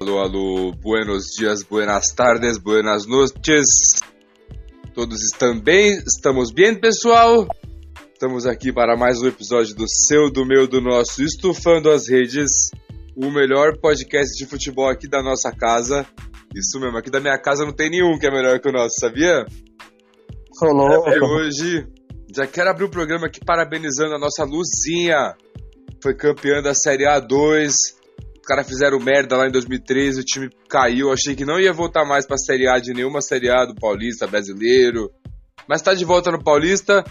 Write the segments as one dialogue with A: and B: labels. A: Alô, alô, buenos dias, buenas tardes, buenas noches. Todos estão bem? Estamos bem, pessoal? Estamos aqui para mais um episódio do seu, do meu, do nosso Estufando as Redes, o melhor podcast de futebol aqui da nossa casa. Isso mesmo, aqui da minha casa não tem nenhum que é melhor que o nosso, sabia?
B: Ô,
A: E
B: louco.
A: hoje, já quero abrir o programa aqui parabenizando a nossa Luzinha. Foi campeã da Série A2. Os caras fizeram merda lá em 2013, o time caiu. Achei que não ia voltar mais pra Série A de nenhuma Série A do Paulista, brasileiro. Mas tá de volta no Paulista.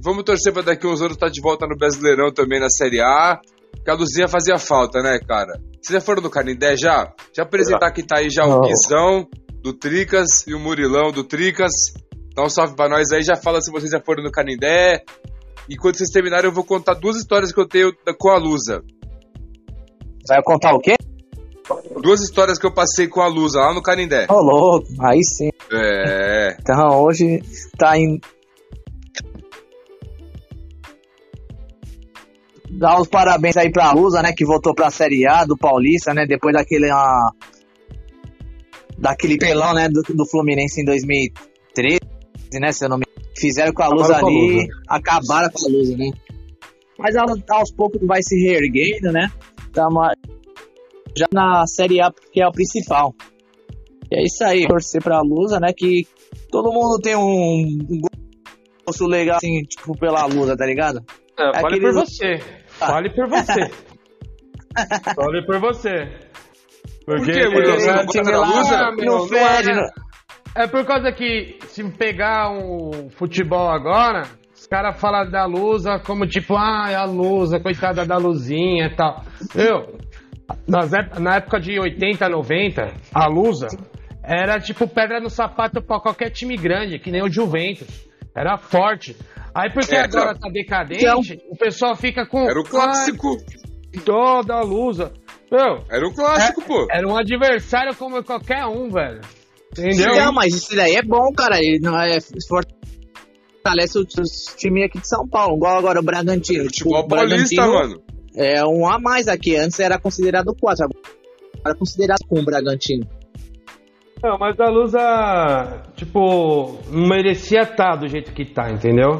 A: Vamos torcer pra daqui uns anos tá de volta no Brasileirão também na Série A. Porque a Luzinha fazia falta, né, cara? Vocês já foram no Canindé já? Já apresentar que tá aí já o
B: Não.
A: Guizão do Tricas e o Murilão do Tricas. Dá um salve pra nós aí, já fala se vocês já foram no Canindé. E quando vocês terminarem, eu vou contar duas histórias que eu tenho da- com a Lusa.
B: Vai contar o quê?
A: Duas histórias que eu passei com a Lusa lá no Canindé.
B: Ô, louco. Aí sim.
A: É.
B: Então hoje tá em. Dá os parabéns aí pra Lusa, né? Que voltou pra Série A do Paulista, né? Depois daquele. ah, daquele pelão, né? Do, do Fluminense em 2013, né? Se eu não me Fizeram com a Lusa
C: Acabaram com a
B: ali,
C: Lusa.
B: acabaram com a Lusa, né? Mas ela aos poucos vai se reerguendo, né? Tá uma- já na Série A, que é o principal. E é isso aí, torcer pra Lusa, né? Que todo mundo tem um gosto legal, assim, tipo, pela Lusa, tá ligado?
C: É, fale
B: Aquele-
C: por você. Fale por você. fale por você. Porque
A: quê, Murilo? Você não
C: é,
A: gosta da Lusa?
B: lá, né?
C: meu,
B: não
C: não é.
B: fede, não-
C: é por causa que se pegar um futebol agora, os caras falam da Lusa como tipo, ah, a Lusa, coitada da Luzinha e tal. Eu, nas ép- na época de 80, 90, a Lusa era tipo pedra no sapato pra qualquer time grande, que nem o Juventus. Era forte. Aí porque
A: É,
C: agora
A: então.
C: tá decadente, o pessoal fica com.
A: Era o clássico.
C: Ai, dó da Lusa. Meu,
A: Era o
B: É,
A: clássico, pô.
C: era um adversário como qualquer um, velho. Entendeu?
B: Não, mas isso daí é bom, cara. Ele não é fortalece os, os times aqui de São Paulo, igual agora o Bragantino. tipo,
A: Futebol
B: o
A: paulista,
B: Bragantino
A: mano.
B: É um a mais aqui. Antes era considerado quatro, agora era considerado com o Bragantino.
C: Não, mas a Lusa, tipo, não merecia estar do jeito que tá, entendeu?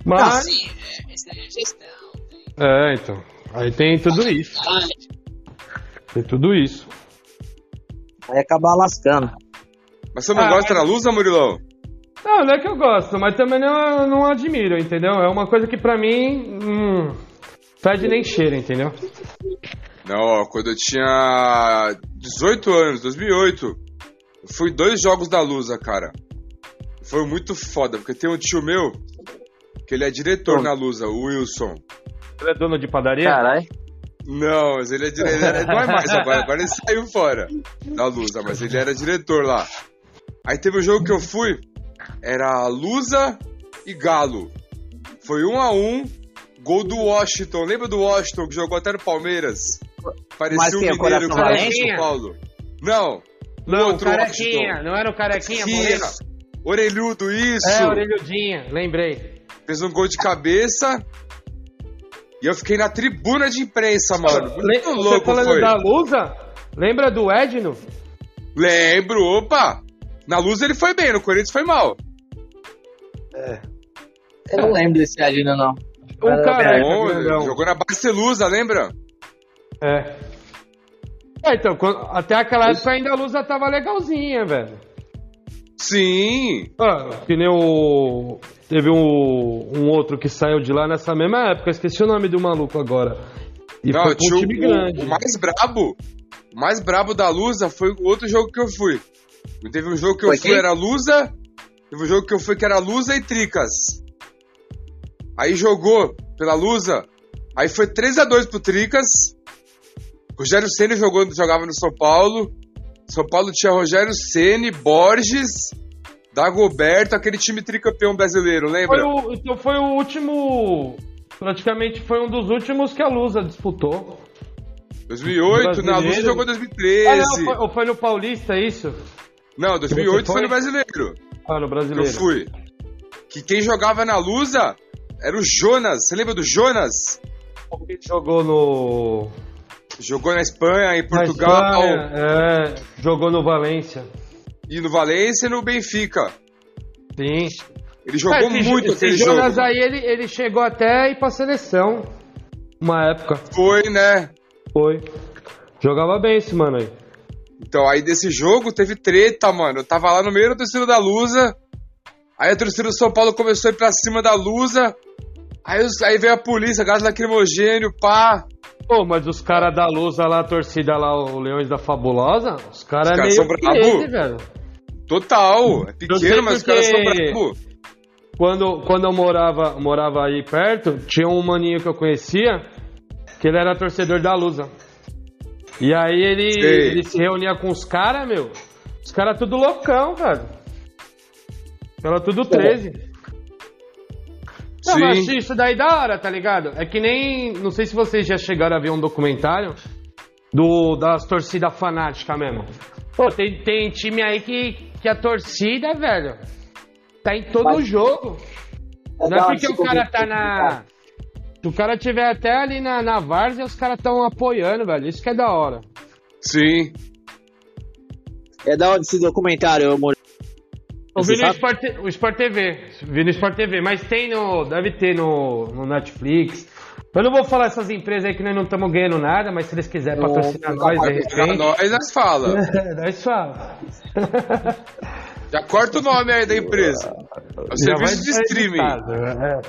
B: Ah,
C: Mas.
B: sim, é, isso aí é gestão.
C: É, então. Aí tem tudo isso.
B: Ah,
C: Tem tudo isso.
B: Vai acabar lascando.
A: Mas você não
C: Ah,
A: gosta da Lusa, Murilão?
C: Não, não é que eu gosto, mas também não, não admiro, entendeu? É uma coisa que pra mim. Hum, fede nem cheira, entendeu?
A: Não, ó, quando eu tinha 18 anos, 2008, eu fui dois jogos da Lusa, cara. Foi muito foda, porque tem um tio meu que ele é diretor na Lusa, o Wilson.
C: Ele é dono de padaria?
B: Caralho.
A: Não, mas ele é diretor. Não é mais agora, agora ele saiu fora da Lusa, mas ele era diretor lá. Aí teve um jogo que eu fui, era Lusa e Galo. Foi um a um, gol do Washington. Lembra do Washington que jogou até no Palmeiras? Parecia
B: Mas
A: um
B: quem é, o
A: mineiro que jogou
B: Coração
A: no
C: Valente?
A: São Paulo. Não,
C: não,
A: outro
C: carequinha,
A: Washington.
C: não era o carequinha,
A: Quinha,
C: Moreira?
A: orelhudo, isso.
C: É, orelhudinha, lembrei.
A: Fez um gol de cabeça. E eu fiquei na tribuna de imprensa, mano. Muito
C: Le- Você
A: louco
C: falando
A: foi.
C: da Lusa? Lembra do Edno?
A: Lembro, opa! Na luz ele foi bem, no Corinthians foi mal.
B: Eu não lembro desse Adina, não.
C: Um careca,
A: Bom,
C: grandão.
A: jogou na Barcelusa, lembra?
C: É. É, então, quando- até aquela época ainda a Lusa tava legalzinha, velho.
A: Sim!
C: Ah, que nem o. Teve um, um outro que saiu de lá nessa mesma época, esqueci o nome do maluco agora. E
A: Não,
C: foi pra
A: tinha
C: um
A: o-
C: time
A: o-
C: grande.
A: O, mais brabo, o mais brabo da Lusa foi o outro jogo que eu fui. Teve um jogo que
B: Foi
A: eu fui,
B: quem?
A: era Lusa. Teve um jogo que eu fui que era Lusa e Tricas. Aí jogou pela Lusa. Aí foi 3x2 pro Tricas. Rogério Ceni jogou, jogava no São Paulo. São Paulo tinha Rogério Ceni, Borges, Dagoberto, aquele time tricampeão brasileiro,
C: Foi
A: lembra?
C: o, então foi o último. Praticamente foi um dos últimos que a Lusa disputou.
A: 2008, na Lusa
C: Brasileiro.
A: jogou 2013.
C: Ah, não, foi, ou foi no Paulista é isso?
A: não, 2008 foi
C: foi?
A: no Brasileiro.
C: Ah, no
A: que eu
C: brasileiro.
A: fui. Que quem jogava na Lusa era o Jonas. Você lembra do Jonas?
C: Ele jogou no.
A: Jogou na Espanha, em
C: Na
A: Portugal
C: Espanha, é, jogou no Valência.
A: e no Valência e no Benfica.
C: Sim.
A: Ele jogou
C: Cara, esse
A: muito
C: jo- esse
A: aquele jogo.
C: Jonas aí, ele, ele chegou até a ir pra seleção. Uma época.
A: Foi, né?
C: Foi. Jogava bem esse mano aí.
A: Então, aí desse jogo teve treta, mano. Eu tava lá no meio da torcida da Lusa. Aí a torcida do São Paulo começou a ir pra cima da Lusa. Aí, os- aí veio a polícia, gás lacrimogênio, pá.
C: Pô, mas os caras da Lusa lá, a torcida lá, o Leões da Fabulosa, os
A: Os
C: caras é
A: caras
C: meio
A: são brabo.
C: pirete, velho.
A: Total. É
C: Eu sei
A: pequeno, mas os caras são
C: porque-
A: brabo.
C: Quando, quando eu morava, morava aí perto, tinha um maninho que eu conhecia, que ele era torcedor da Lusa. E aí ele,
A: Sei.
C: ele se reunia com os caras, meu. Os caras tudo loucão, velho. Era tudo 13. Não,
A: Sim.
C: mas assim, isso daí da hora, tá ligado? É que nem. Não sei se vocês já chegaram a ver um documentário do, das torcidas fanáticas mesmo. Pô, tem, tem time aí que, que a torcida, velho, tá em todo
B: Mas-
C: jogo. Não
B: da
C: é
B: hora
C: porque
B: se
C: o cara
B: converter
C: tá
B: com o
C: na.
B: cara.
C: Se o cara tiver até ali na, na várzea, os caras tão apoiando, velho. Isso que é da hora.
A: Sim.
B: É da hora esse documentário, eu moro.
C: Eu
B: Você
C: vi no
B: sabe?
C: Sport, o Sport TV. Vi no Sport TV, mas tem no. Deve ter no, no Netflix. Eu não vou falar essas empresas aí que nós não estamos ganhando nada, mas se eles quiserem
B: Não,
C: patrocinar
B: não
C: nós, de
B: vai
A: Pra
C: repente. É
A: nós, nós fala.
C: Nós fala.
A: Já corta o nome aí da empresa. É o
C: Já vai
A: serviço de
C: estar
A: streaming.
C: editado, é.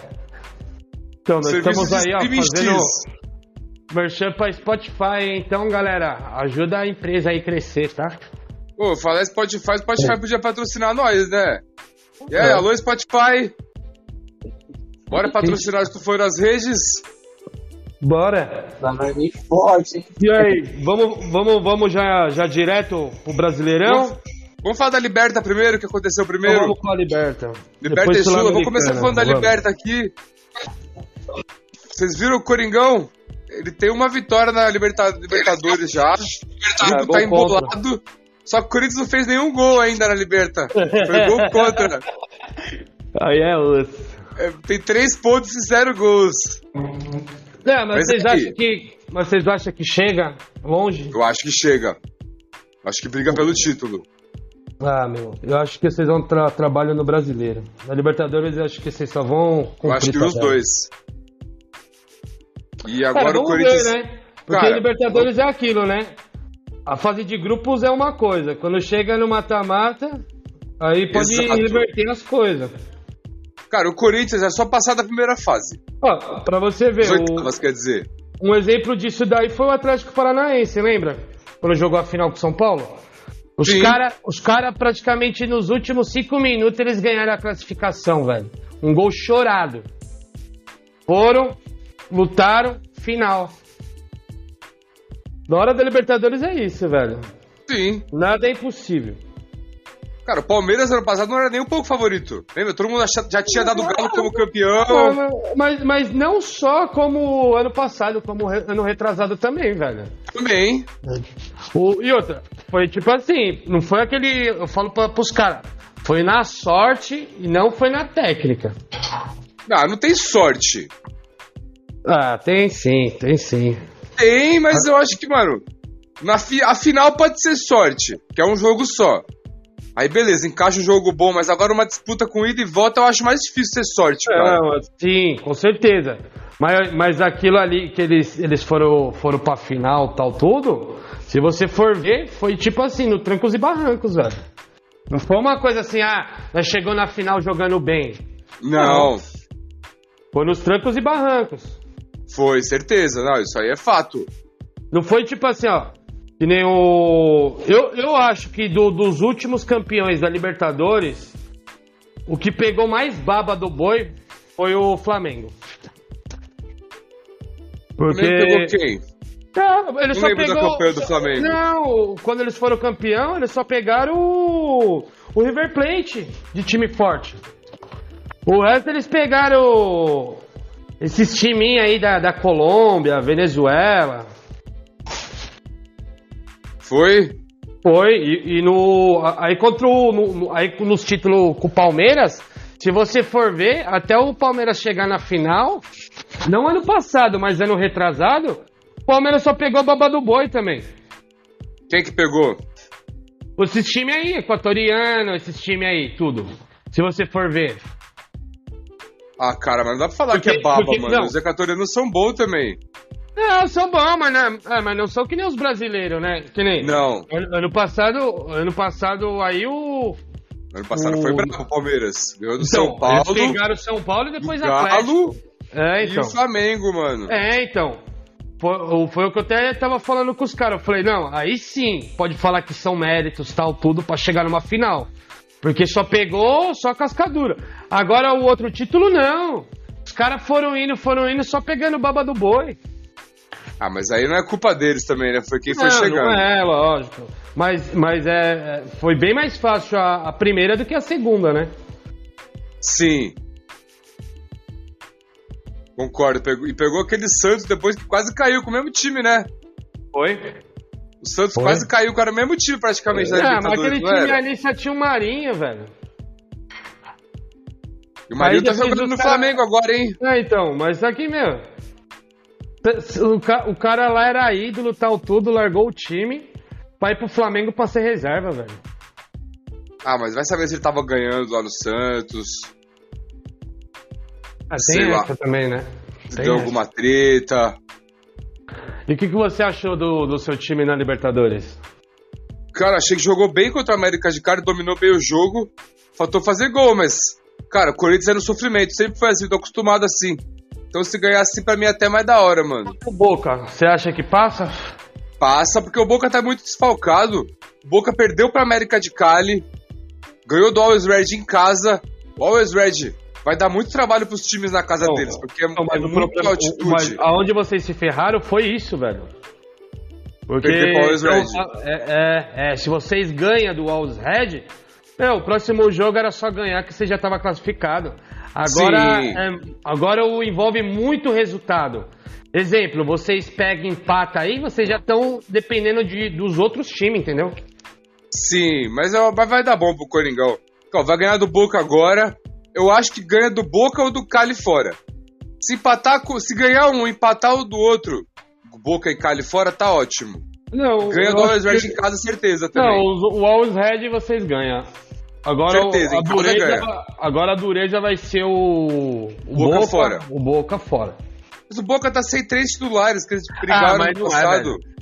C: Então, nós
A: serviço
C: estamos aí, ó,
A: de streaming
C: fazendo
A: X.
C: merchan pra Spotify, hein? então, galera, ajuda a empresa aí a crescer, tá?
A: Pô, falar Spotify, Spotify podia patrocinar nós, né? E
C: É.
A: aí, alô, Spotify? Bora patrocinar o for nas redes?
C: Bora! É
B: forte, hein?
C: E aí, vamos, vamos, vamos já, já direto pro Brasileirão?
A: Vamos falar da Liberta primeiro, o que aconteceu
C: Ou
A: primeiro?
C: vamos com a Liberta?
A: Liberta
C: Depois
A: e Sul, eu vou
C: Sul-Americana,
A: começar falando da
C: vamos.
A: Liberta aqui. Vocês viram o Coringão? Ele tem uma vitória na Liberta- Libertadores já. O
C: É,
A: grupo
C: gol
A: tá embolado. Só que o Corinthians não fez nenhum gol ainda na Liberta. Foi gol contra.
C: Aí é osso.
A: É, tem três pontos e zero gols.
C: Não, mas,
A: Mas
C: vocês
A: aí-
C: acham que, mas vocês acham que chega longe?
A: Eu acho que chega. Acho que briga pelo título.
C: Ah, meu, eu acho que vocês vão tra trabalho no Brasileiro. Na Libertadores eu acho que vocês só vão
A: Eu acho que os
C: tabela.
A: dois. E
C: Cara,
A: agora o
C: vamos
A: Corinthians.
C: ver, né? Porque
A: Cara,
C: Libertadores é aquilo, né? A fase de grupos é uma coisa. Quando chega no mata-mata, aí pode
A: Exato.
C: reverter as coisas.
A: Cara, o Corinthians é só passar da primeira fase.
C: Ó, pra você ver,
A: As
C: o,
A: oitavas, quer dizer.
C: Um exemplo disso daí foi o Atlético Paranaense, lembra? Quando jogou a final com o São Paulo. Os
A: Sim.
C: caras, os cara, praticamente nos últimos cinco minutos, eles ganharam a classificação, velho. Um gol chorado. Foram, lutaram, final. Na hora da Libertadores é isso, velho.
A: Sim.
C: Nada é impossível.
A: Cara, o Palmeiras ano passado não era nem um pouco favorito. Lembra? Todo mundo acha- já tinha dado o Galo como
C: Não,
A: campeão.
C: não, Mas, mas não só como ano passado, como re- ano retrasado também, velho.
A: Também.
C: O- e outra, foi tipo assim, não foi aquele. Eu falo pra, pros caras, foi na sorte e não foi na técnica.
A: Ah, não tem sorte.
C: Ah, tem sim, tem sim.
A: Tem, mas eu acho que, mano, na fi a final pode ser sorte, que é um jogo só. Aí beleza, encaixa um jogo bom, mas agora uma disputa com ida e volta eu acho mais difícil ser sorte, cara.
C: sim, com certeza. Mas, mas aquilo ali que eles, eles foram, foram pra final tal, tudo, se você for ver, foi tipo assim, no trancos e barrancos, velho. Não foi uma coisa assim, ah, nós chegou na final jogando bem.
A: Não,
C: Foi nos trancos e barrancos.
A: foi, certeza. Não, isso aí é fato.
C: Não foi tipo assim, ó. Que nem o. Eu, eu acho que do- dos últimos campeões da Libertadores, o que pegou mais baba do boi foi o Flamengo.
A: Porque... Pegou
C: Porque.
A: quem?
C: Não, ele
A: Não
C: só
A: lembro da
C: pegou.
A: campanha do Flamengo.
C: Não, quando eles foram campeão, eles só pegaram o, o River Plate de time forte. O resto eles pegaram esses timinhos aí da, da Colômbia, Venezuela.
A: Foi?
C: Foi, e, e no. a- Aí contra o. no- no- aí nos títulos com o Palmeiras, se você for ver, até o Palmeiras chegar na final, não ano passado, mas ano retrasado, O Palmeiras só pegou a baba do boi também.
A: Quem que pegou?
C: Esses times aí, equatoriano, esses times aí, tudo. Se você for ver.
A: Ah, cara, mas não dá pra falar
C: Porque-
A: que é baba,
C: porque-
A: mano.
C: não.
A: Os equatorianos são bons também.
C: Não, são bons, mas não, é, mas não são que nem os brasileiros, né? Que nem.
A: Não.
C: Ano, ano passado, ano passado aí o.
A: Ano passado
C: O-
A: foi bravo o Palmeiras. Ganhou do São
C: então, eles
A: Paulo,
C: pegaram São Paulo e depois
A: do
C: Atlético.
A: Galo
C: É,
A: e
C: então.
A: o Flamengo, mano.
C: É, então. Foi, o- foi o que eu até tava falando com os caras. Eu falei, não, aí sim, pode falar que são méritos, tal, tudo, pra chegar numa final. Porque só pegou só a cascadura. Agora o outro título, não. Os caras foram indo, foram indo, só pegando o baba do boi.
A: Ah, mas aí não é culpa deles também, né? Foi quem foi
C: não,
A: chegando.
C: não é, lógico. Mas, mas é, é, foi bem mais fácil a, a primeira do que a segunda, né?
A: Sim. Concordo. pegou- e pegou aquele Santos depois que quase caiu com o mesmo time, né?
C: Foi.
A: O Santos
C: Foi.
A: quase caiu com o mesmo time praticamente da
C: Ah, mas
A: Libertadores,
C: aquele
A: não
C: time
A: era?
C: ali só tinha o Marinho, velho.
A: E o Marinho
C: Aí
A: tá
C: depois
A: jogando
C: os
A: no
C: cara-
A: Flamengo agora, hein?
C: É, então, mas aqui, meu. t- s- O, ca- o cara lá era ídolo, tal, tudo, largou o time pra ir pro Flamengo pra ser reserva, velho.
A: Ah, mas vai saber se ele tava ganhando lá no Santos,
C: Ah,
A: Sei
C: tem
A: lá.
C: essa também, né?
A: se
C: Tem
A: deu
C: essa.
A: alguma treta.
C: E o que, que você achou do, do seu time na Libertadores?
A: Cara, achei que jogou bem contra o América de Cali, dominou bem o jogo. Faltou fazer gol, mas. Cara, o Corinthians é no sofrimento, sempre foi assim, tô acostumado assim. Então se ganhar assim pra mim é até mais da hora, mano.
C: O Boca, você acha que passa?
A: Passa, porque o Boca tá muito desfalcado. O Boca perdeu pra América de Cali. Ganhou do Always Red em casa. O Always Red vai dar muito trabalho pros times na casa
C: Não,
A: deles, porque é,
C: Não,
A: é
C: mas o
A: muita
C: problema-
A: altitude.
C: mas aonde vocês se ferraram foi isso, velho. Porque
A: Perder pro Always Red.
C: é, é, é, se vocês ganham do Alls Red, meu, o próximo jogo era só ganhar que você já estava classificado. Agora,
A: Sim.
C: é, agora o envolve muito resultado. Exemplo, vocês pegam empata aí, vocês já estão dependendo de, dos outros times, entendeu?
A: Sim, mas é- mas vai dar bom pro Coringão. Ó, vai ganhar do Boca agora. Eu acho que ganha do Boca ou do Cali fora. Se empatar, com- se ganhar um, empatar o do outro, Boca e Cali fora, tá ótimo.
C: Não,
A: Ganha do Always Red em casa, certeza
C: Não,
A: também.
C: os- o Always Red vocês ganham. Agora
A: Certeza,
C: o, a
A: em casa
C: dureza,
A: ganha.
C: agora a dureza vai ser o, o
A: Boca fora.
C: O Boca fora.
A: Mas o Boca tá sem três titulares, que eles brigaram
C: mas
A: no
C: não é,
A: passado.
C: velho.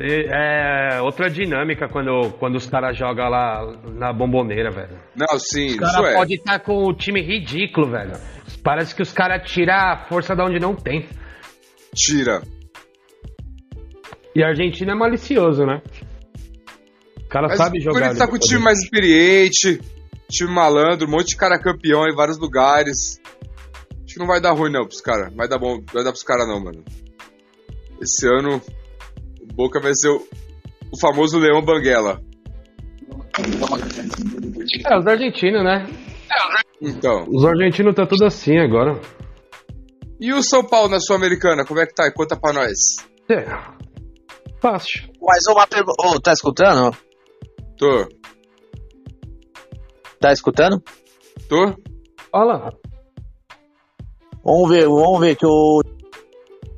C: E- É outra dinâmica quando, quando os caras jogam lá na bomboneira, velho.
A: Não, sim,
C: Os
A: isso
C: caras
A: é.
C: podem estar com o time ridículo, velho. Parece que os caras tiram a força da onde não tem.
A: Tira.
C: E a Argentina é malicioso, né? O cara
A: Mas
C: sabe
A: o
C: jogar.
A: Corinthians tá com o
C: Libertadores.
A: time mais experiente, time malandro, um monte de cara campeão em vários lugares. Acho que não vai dar ruim não pros caras. Vai dar bom, vai dar pros caras não, mano. Esse ano o Boca vai ser o, o famoso Leão Banguela.
C: É, os argentinos, né?
A: Então.
C: Os argentinos tá tudo assim agora.
A: E o São Paulo na Sul-Americana, como é que tá? E Conta pra nós.
C: É. Fácil.
B: Mais uma pergunta. Ô, tá escutando?
A: Tô.
B: Tá escutando?
A: Tô?
C: Olha lá.
B: Vamos ver, vamos ver que o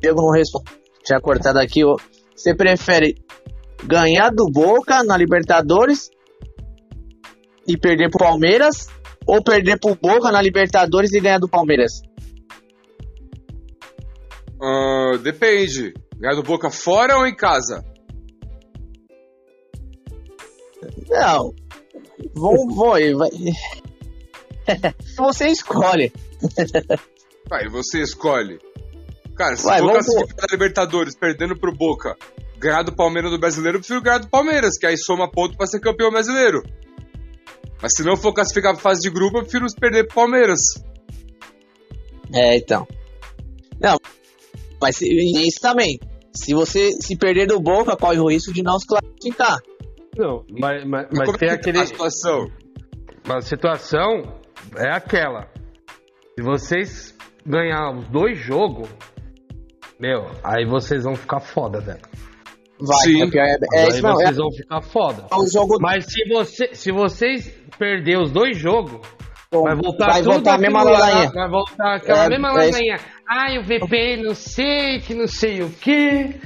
B: Diego não respondeu. Tinha cortado aqui. ô. Você prefere ganhar do Boca na Libertadores e perder pro Palmeiras ou perder pro Boca na Libertadores e ganhar do Palmeiras?
A: Ah, depende. Ganhar do Boca fora ou em casa?
B: Não. Vamos, vai, vai. Você escolhe.
A: Aí você escolhe. Cara, se
B: Vai,
A: for
B: vamos
A: classificar da Libertadores, perdendo pro Boca, ganhar do Palmeiras do brasileiro, eu prefiro ganhar do Palmeiras, que aí soma ponto pra ser campeão brasileiro. Mas se não for classificar pra fase de grupo, eu prefiro perder pro Palmeiras.
B: É, então. Não. Mas se- e isso também. Se você se perder do Boca, corre o risco de não se classificar.
C: Não, mas, mas,
A: Mas
C: mas
A: como
C: tem
A: é que tá
C: aquele.
A: a situação?
C: A situação é aquela. Se vocês ganhar os dois jogos, meu, aí vocês vão ficar foda, velho.
B: Vai,
A: Sim.
B: é, pior, é, é
C: aí
B: isso mesmo.
C: vocês vão ficar foda.
B: É o jogo.
C: Mas se, você, se vocês perder os dois jogos,
B: Bom,
C: Vai voltar
B: vai
C: tudo
B: voltar a mesma
C: aquilo lá,
B: ladainha.
C: Vai voltar aquela
B: É,
C: mesma
B: é isso.
C: ladainha. Ai, o VP não sei, que não sei o quê.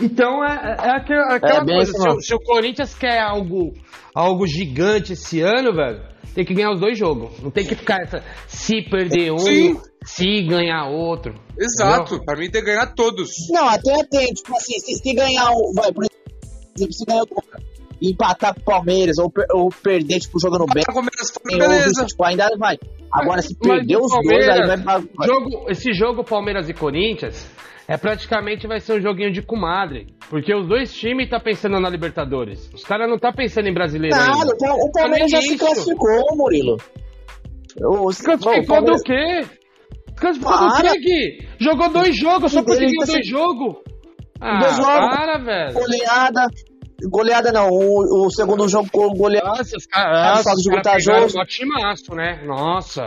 C: Então é, é aquela, aquela
B: É, bem
C: coisa.
B: isso
C: Se, o-
B: mesmo.
C: se o Corinthians quer algo, algo gigante esse ano, velho, tem que ganhar os dois jogos. Não tem que ficar essa. Se perder um,
A: Sim.
C: se ganhar outro.
A: Exato, pra mim tem que ganhar todos.
B: Não, até tem, tipo assim, se, se ganhar um. Vai, por exemplo, se ganhar o- empatar pro Palmeiras ou, per- ou perder, tipo, jogando bem,
A: Tá com o Palmeiras fora,
B: ou,
A: beleza.
B: tipo, ainda vai. Agora, se
C: Ah, Mas
B: perder
C: o
B: os dois, aí vai
C: Palmeiras,
B: pra. vai-
C: jogo- esse jogo Palmeiras e Corinthians é praticamente vai ser um joguinho de comadre. Porque os dois times tá pensando na Libertadores. Os caras não tá pensando em brasileiro
B: Nada,
C: ainda.
B: o Pal- o Palmeiras já se
C: isso.
B: classificou, Murilo. O, o
C: Classificou
B: Palmeiras-
C: do quê? Classificou do
B: Para.
C: quê, Gui? Jogou dois jogos, só
B: Ele
C: porque ganhou
B: tá
C: dois
B: se-
C: jogos. Ah,
B: Dois jogos.
C: para, velho.
B: goleada. Goleada não, o, o segundo jogo com goleada.
C: Nossa, os caras
B: Só
C: os
B: de
C: cara
B: juntar
C: pegaram
B: jogo.
C: um timaço, né? Nossa.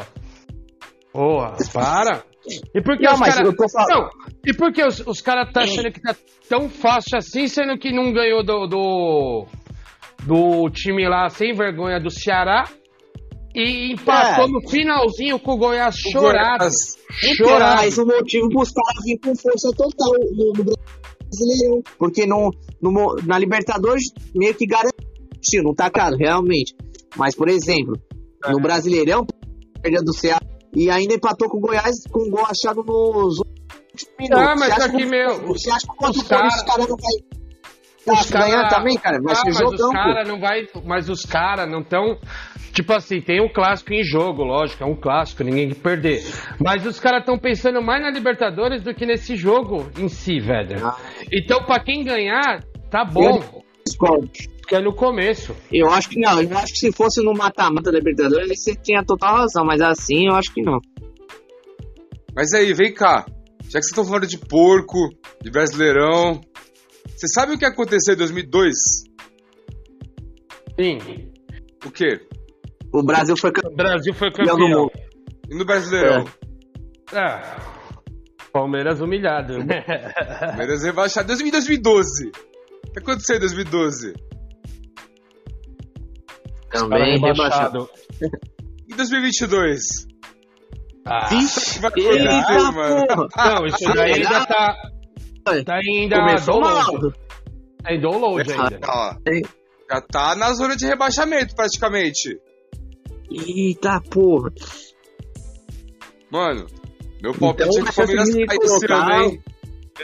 C: Boa, para. E por que
B: Não,
C: os
B: mas
C: caras...
B: eu tô falando-
C: Não, e por que os, os caras tá achando que tá tão fácil assim, sendo que não ganhou do... Do, do time lá sem vergonha do Ceará e empatou
B: É.
C: no finalzinho com o Goiás
A: O
C: chorado.
A: Goiás-
B: Então,
C: chorado.
B: mas o motivo pros caras vir com força total no, no Brasileirão. Porque no, no mo- na Libertadores meio que garantiu, não tá caro, realmente. Mas, por exemplo,
C: É.
B: no Brasileirão, perdeu do Ceará e ainda empatou com o Goiás com um gol achado nos últimos minutos.
C: Ah, mas
B: Você acha
C: aqui,
B: que-
C: meu,
B: Você acha que quanto
C: os
B: os caras
C: cara-
B: não vai. Os ganhar também, cara? Vai
C: Ah,
B: ser
C: mas
B: jogão,
C: os
B: pô.
C: cara não vai, mas os caras não tão tipo assim, tem um clássico em jogo, lógico, é um clássico, ninguém que perder. Mas os caras estão pensando mais na Libertadores do que nesse jogo em si, velho.
B: Ah. é
C: Então, pra quem ganhar, tá bom,
B: Discordo.
C: porque é no começo.
B: Eu acho que não, eu acho que se fosse no mata-mata da Libertadores, aí você tinha total razão, mas assim eu acho que não.
A: Mas aí, vem cá. Já que vocês estão falando de porco, de brasileirão. Você sabe o que aconteceu em 2002?
C: Sim.
A: O quê?
B: O Brasil foi campeão.
C: O Brasil foi
B: Campeão do
C: campeão.
B: é mundo.
A: E no brasileirão?
C: É. Palmeiras humilhado.
A: Palmeiras rebaixado Dois- em 2012. O que aconteceu em 2012?
B: Também rebaixado.
A: Em 2022?
C: Ah.
A: que vai
B: Eita,
A: acontecer, mano?
B: porra.
C: Não, isso daí ainda tá. Tá ainda
B: Começou mal.
C: download. Tá em download ainda.
A: Ó, já tá na zona de rebaixamento, praticamente.
B: Eita porra.
A: Mano, meu palpite
B: Então,
A: é que o Palmeiras
B: vai
A: cai esse ano,
B: colocar-
A: hein?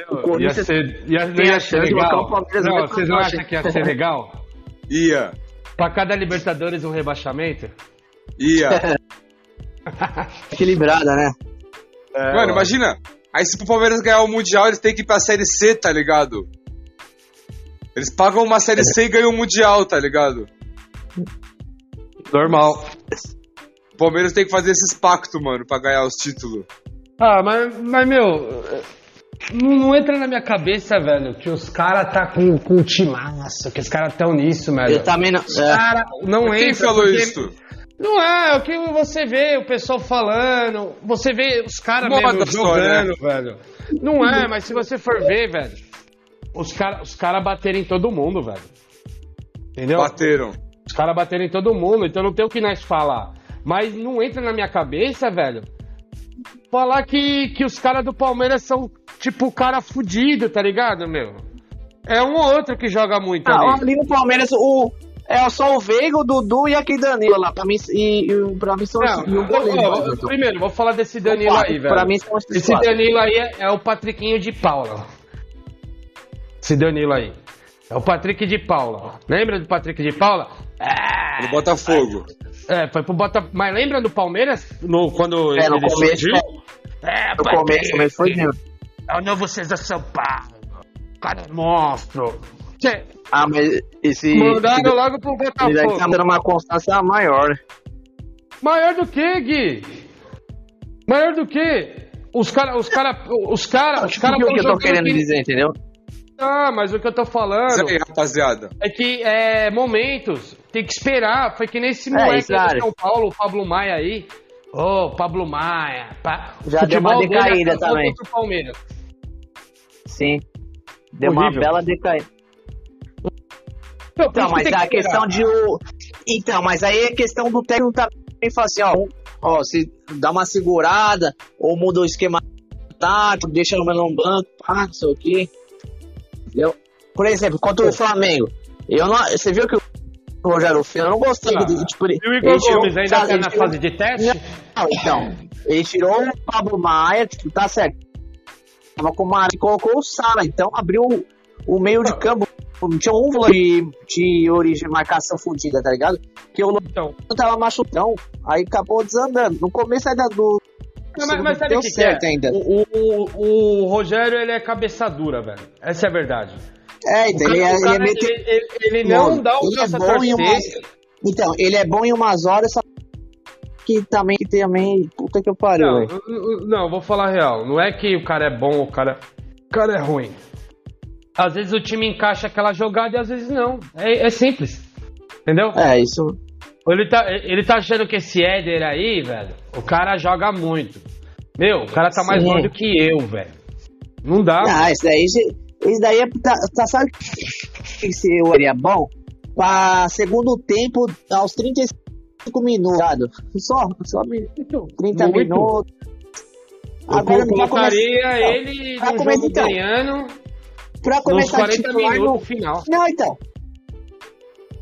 C: O
B: Corinthians
C: ia ser, ia,
B: tem
C: ia
B: a
C: ser
B: chance de
C: legal.
B: colocar o Palmeiras
C: não,
B: no
C: vocês não
B: rebaixamento.
C: acham que ia ser legal?
A: Ia,
C: Pra cada Libertadores um rebaixamento?
A: ia.
B: Equilibrada, né?
C: É,
A: Mano, imagina. Aí se pro Palmeiras ganhar o Mundial, eles têm que ir pra Série C, tá ligado? Eles pagam uma Série C e ganham o Mundial, tá ligado?
C: Normal.
A: O Palmeiras tem que fazer esses pactos, mano, pra ganhar os títulos.
C: Ah, mas, mas meu, não, não entra na minha cabeça, velho, que os caras tá com, com timaço, que os caras tão nisso, velho.
B: Eu também não. É.
C: Cara, não
A: Quem
C: entra.
A: falou
C: porque-
A: isso?
C: Não é, é o que você vê o pessoal falando, você vê os caras
A: Moda
C: mesmo
A: só, né?
C: jogando, velho. Não é, mas se você for ver, velho, os caras os cara bateram em todo mundo, velho. Entendeu?
A: Bateram.
C: Os caras bateram em todo mundo, então não tem o que nós falar. Mas não entra na minha cabeça, velho, falar que, que os caras do Palmeiras são tipo o cara fudido, tá ligado, meu? É um ou outro que joga muito
B: Ah,
C: ali.
B: ali no Palmeiras, o. É só o Veiga, o Dudu e aquele Danilo lá. Pra mim, e, e o- pra mim são
C: Não,
B: os. E o goleiro.
C: ó, ó,
B: né, então?
C: primeiro, vou falar desse Danilo
B: Quatro,
C: aí, velho.
B: Pra mim são os
C: Esse
B: quatro.
C: Danilo aí é, é o Patriquinho de Paula. Esse Danilo aí. É o Patrick de Paula. Lembra do Patrick de Paula?
B: Ah,
A: No Botafogo.
C: É, foi pro Botafogo. Mas lembra do Palmeiras? No, quando
B: É, no
C: ele
B: começo,
C: surgiu? É,
B: No
C: Patrick,
B: começo, mas foi mesmo.
C: É o novo César Sampaio. O Cara, é monstro. Cê,
B: Ah, mas esse.
C: mandaram
B: esse-
C: logo pro
B: Ele aí tá
C: Botafogo.
B: dando uma constância maior.
C: Maior do que, Gui? Maior do que? Os caras, os caras, os caras, os caras
B: o que eu tô querendo dizer, entendeu?
C: Ah, mas o que eu tô
A: Isso
C: falando
A: aí, rapaziada.
C: é que é momentos, tem que esperar. Foi que nem esse
B: É,
C: moleque
B: isso,
C: aí
B: cara.
C: do São Paulo, o Pablo Maia aí. Ô, Pablo Maia. Pa...
B: Já
C: futebol
B: deu uma
C: dele
B: decaída
C: acabou
B: também.
C: contra o Palmeiras.
B: Sim. Deu
C: Horrível.
B: uma bela decaída.
C: Então, por isso
B: Então,
C: que
B: mas
C: tem que
B: a
C: esperar.
B: questão de o. Então, mas aí a questão do técnico também fala tá assim, ó. ó, se dá uma segurada, ou muda o esquema tático, deixa no melão banco, pá, não sei o quê. Entendeu? Por exemplo, contra o Flamengo. Eu não, você viu que o Rogério Filho, eu não gostei
C: Ah,
B: do tipo, ele-
C: E o Igor
B: ele tirou-
C: Gomes ainda
B: sabe,
C: tá
B: ele
C: na
B: tirou-
C: fase de teste?
B: Não, então. Ele tirou o Pablo Maia, tipo, tá certo. Tava com o Mara e colocou o Sara, então abriu o meio de campo. Tinha um volante de, de origem marcação fundida, tá ligado? Que o Luan
C: Então,
B: tava machucão, aí acabou desandando. No começo ainda do.
C: Não, mas, mas sabe
B: deu
C: o que, que é?
B: certo ainda.
C: O, o- o Rogério, ele é cabeça dura, velho. Essa é a verdade.
B: É, então, ele,
C: O
B: é-
C: cara-
B: ele é
C: o cara,
B: meio que-
C: ele- ele- ele não
B: Mano,
C: dá o
B: ele é
C: braço a
B: bom em uma-
C: torcer.
B: Então, ele é bom em umas horas, só que também, que também, puta que eu pariu,
C: Não,
B: velho.
C: eu- eu- não, eu vou falar a real. Não é que o cara é bom ou o cara, o cara é ruim. Às vezes o time encaixa aquela jogada e às vezes não. É, é simples. Entendeu?
B: É, isso.
C: Ele tá, ele tá achando que esse Éder aí, velho, o cara joga muito. Meu, o cara tá mais
B: Sim.
C: gordo que eu, velho. Não dá.
B: Ah, isso daí, isso daí é, tá, tá, sabe que se eu seria bom? Pra segundo tempo, aos 35 minutos, ligado? Só, só mi- 30
C: Muito.
B: minutos.
C: Eu
B: Agora pra começar,
C: colocaria
B: então,
C: ele
B: pra
C: no
B: começar,
C: jogo
B: então.
C: ganhando
B: pra
C: nos
B: começar
C: 40
B: titular,
C: minutos
B: não,
C: no final.
B: não, então.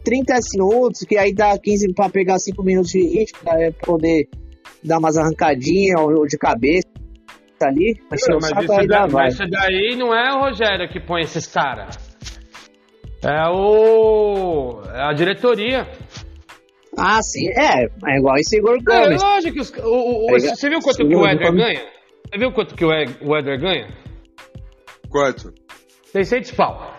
B: 30 minutos, que aí dá 15 pra pegar 5 minutos de ritmo, pra é, poder dar umas arrancadinhas ou, ou de cabeça ali. Mas,
C: Não, é
B: mas
C: mas,
B: saco,
C: isso
B: aí dá,
C: daí,
B: vai.
C: mas isso daí não é o Rogério que põe esses caras. É o. É a diretoria.
B: Ah, sim, é, é igual esse Igor
C: É,
B: Gomes.
C: lógico que os, o, o-
B: Tá ligado?
C: Você viu quanto que
B: Segundo,
C: o Éder
B: come.
C: ganha? Você viu quanto que o Ed- o Éder ganha?
A: Quanto?
C: 600 pau.